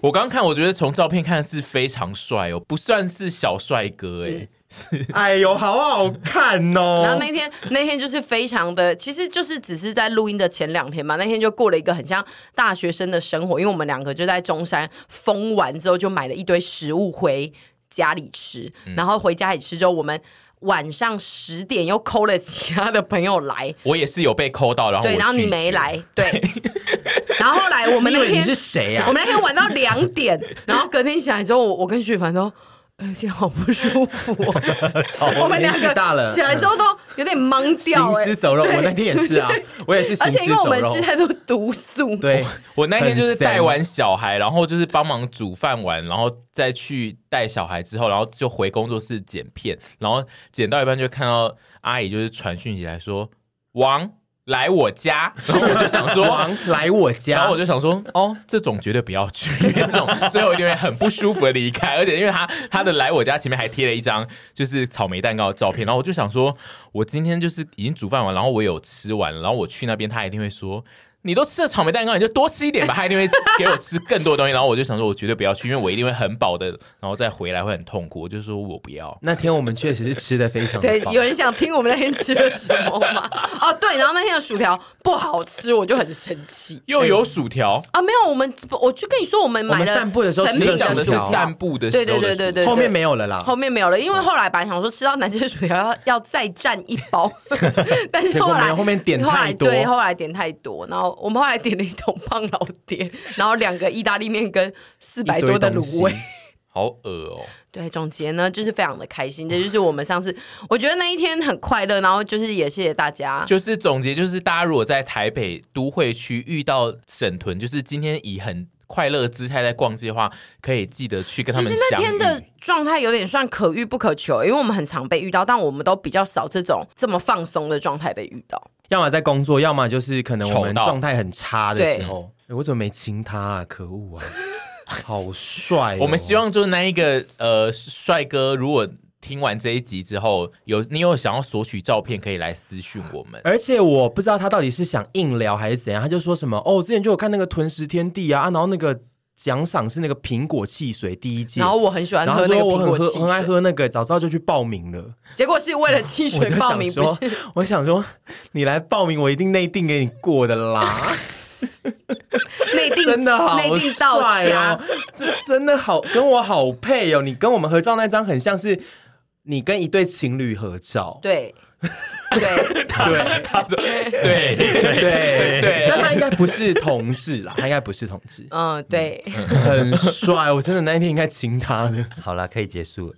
Speaker 3: 我刚刚看，我觉得从照片看是非常帅哦，不算是小帅哥哎、
Speaker 2: 哎呦，好好看
Speaker 1: 然后
Speaker 2: 哦！
Speaker 1: 那天那天就是非常的，其实就是只是在录音的前两天嘛，那天就过了一个很像大学生的生活，因为我们两个就在中山疯完之后，就买了一堆食物回家里吃，
Speaker 2: 嗯
Speaker 1: 然后回家里吃之后，我们晚上十点又抠了其他的朋友来，
Speaker 3: 我也是有被抠
Speaker 2: 哦
Speaker 3: 到，然后
Speaker 1: 对，
Speaker 3: 我
Speaker 1: 然后你
Speaker 3: 拒绝
Speaker 1: 没，
Speaker 2: <laughs>
Speaker 1: 来，对，然后后来我们
Speaker 2: 你以
Speaker 1: 那
Speaker 2: 为你
Speaker 1: 天
Speaker 2: 是谁啊呀
Speaker 1: 我？们那天玩到两点，然后隔天起来之后，我我跟徐凡都。呃，今天好不舒服
Speaker 2: <laughs>
Speaker 1: 哦！我们两
Speaker 2: 年
Speaker 1: 个
Speaker 2: 纪大了
Speaker 1: 起来之后都有点懵掉、
Speaker 2: 行
Speaker 1: 欸，
Speaker 2: 尸走
Speaker 1: <laughs>
Speaker 2: 肉，
Speaker 1: 对
Speaker 2: 我那天也是啊，我也是行
Speaker 1: 而
Speaker 2: 尸
Speaker 1: 且因为我
Speaker 2: 走
Speaker 1: 们
Speaker 2: 肉
Speaker 1: 吃。太多毒素， <laughs>
Speaker 2: 对，
Speaker 3: 我那天就是
Speaker 2: 很 sad
Speaker 3: 带完小孩，然后就是帮忙煮饭完，然后再去带小孩之后，然后就回工作室剪片，然后剪到一半就看到阿姨就是传讯息来说王来我家，然后我就想说
Speaker 2: 王来我
Speaker 3: 然
Speaker 2: 家
Speaker 3: 后我，就想说，哦，这种绝对不要去， <laughs> 因为这种最后一定会很不舒服的离开。而且因为他他的来我家前面还贴了一张就是草莓蛋糕的照片，然后我就想说，我今天就是已经煮饭完，然后我有吃完了，然后我去那边，他一定会说。你都吃了草莓蛋糕，你就多吃一点吧。他一定会给我吃更多的东西，然后我就想说，我绝对不要去，因为我一定会很饱的，然后再回来会很痛苦。我就说我不要。
Speaker 2: 那天我们确实是吃的非常的
Speaker 1: 对，
Speaker 2: 饱
Speaker 1: 有人想听我们那天吃了什么吗？哦，对，然后那天的薯条不好吃，我就很生气。
Speaker 3: 又有薯条，
Speaker 1: 啊，没有，我们我就跟你说，我们
Speaker 2: 我
Speaker 1: 买
Speaker 2: 们
Speaker 1: 了
Speaker 2: 散步的时候
Speaker 1: 成
Speaker 2: 吃
Speaker 1: 品
Speaker 2: 的
Speaker 3: 你讲
Speaker 2: 那
Speaker 3: 的
Speaker 1: 薯
Speaker 3: 是
Speaker 1: 条
Speaker 2: 种
Speaker 3: 散步的时候
Speaker 1: 对对
Speaker 3: 的
Speaker 1: 对
Speaker 3: 薯条
Speaker 1: 对对
Speaker 2: 后面没有了啦。
Speaker 1: 后面没有了，因为后来本来想说吃到南京薯条要要再蘸一
Speaker 2: <laughs>
Speaker 1: 包，但是
Speaker 2: 结果
Speaker 1: 后
Speaker 2: 没
Speaker 1: 来
Speaker 2: 有后面点太多
Speaker 1: 后来对，后来点太多，然后我们后来点了一桶胖老爹，然后两个意大利面跟四百
Speaker 2: 一
Speaker 1: 多
Speaker 2: 堆
Speaker 1: 的
Speaker 2: 东
Speaker 1: 卤
Speaker 2: 西
Speaker 1: 味。
Speaker 3: 好恶哦、
Speaker 1: <laughs> 对，总结呢就是非常的开心，这就是我们上次我觉得那一天很快乐，然后就是也谢谢大 <laughs> 家。
Speaker 3: 就是总结，就是大家如果在台北都会区遇到沈屯，就是今天以很快乐的姿态在逛街的话，可以记得去跟他
Speaker 1: 其
Speaker 3: 们
Speaker 1: 实
Speaker 3: 相遇。
Speaker 1: 那天的状态有点算可遇不可求，因为我们很常被遇到，但我们都比较少这种这么放松的状态被遇到。
Speaker 2: 要么在工作，要么就是可能我
Speaker 3: 丑
Speaker 2: 们
Speaker 3: 到
Speaker 2: 状态很差的时候。诶我怎么没亲他啊？可恶啊！ <laughs> 好帅哦、
Speaker 3: 我们希望就是那一个呃帅哥，如果听完这一集之后，有你有想要索取照片，可以来私讯我们。
Speaker 2: 而且我不知道他到底是想硬聊还是怎样，他就说什么哦，之前就有看那个《吞食天地》啊，啊然后那个奖赏是那个苹果汽水第一届，
Speaker 1: 然后我很喜欢
Speaker 2: 然后
Speaker 1: 喝
Speaker 2: 他
Speaker 1: 那个
Speaker 2: 说
Speaker 1: 苹
Speaker 2: 我很
Speaker 1: 果
Speaker 2: 喝
Speaker 1: 汽
Speaker 2: 很爱
Speaker 1: 水，
Speaker 2: 喝那个，早知道就去报名了。
Speaker 1: 结果是为了汽
Speaker 2: 啊我
Speaker 1: 水
Speaker 2: 就
Speaker 1: 报
Speaker 2: 想
Speaker 1: 名，不
Speaker 2: 说
Speaker 1: 是？，
Speaker 2: 我想说你来报名，我一定内定给你过
Speaker 1: <laughs>
Speaker 2: 的啦，
Speaker 1: 内定
Speaker 2: 真的好
Speaker 1: 内定到
Speaker 2: 帅
Speaker 1: 家
Speaker 2: 哦，，这 <laughs> 真的好跟我好配哦，你跟我们合照那张很像是你跟一对情侣合照，
Speaker 1: 对对
Speaker 2: 对
Speaker 3: 他说对
Speaker 1: <laughs>
Speaker 2: <laughs>
Speaker 3: 对
Speaker 2: 对
Speaker 3: 对
Speaker 2: 但他应该不是同志啦，他应该不是同志。
Speaker 1: 嗯对，
Speaker 2: 很帅，我真的那一天应该亲他的。
Speaker 4: 好啦，可以结束了。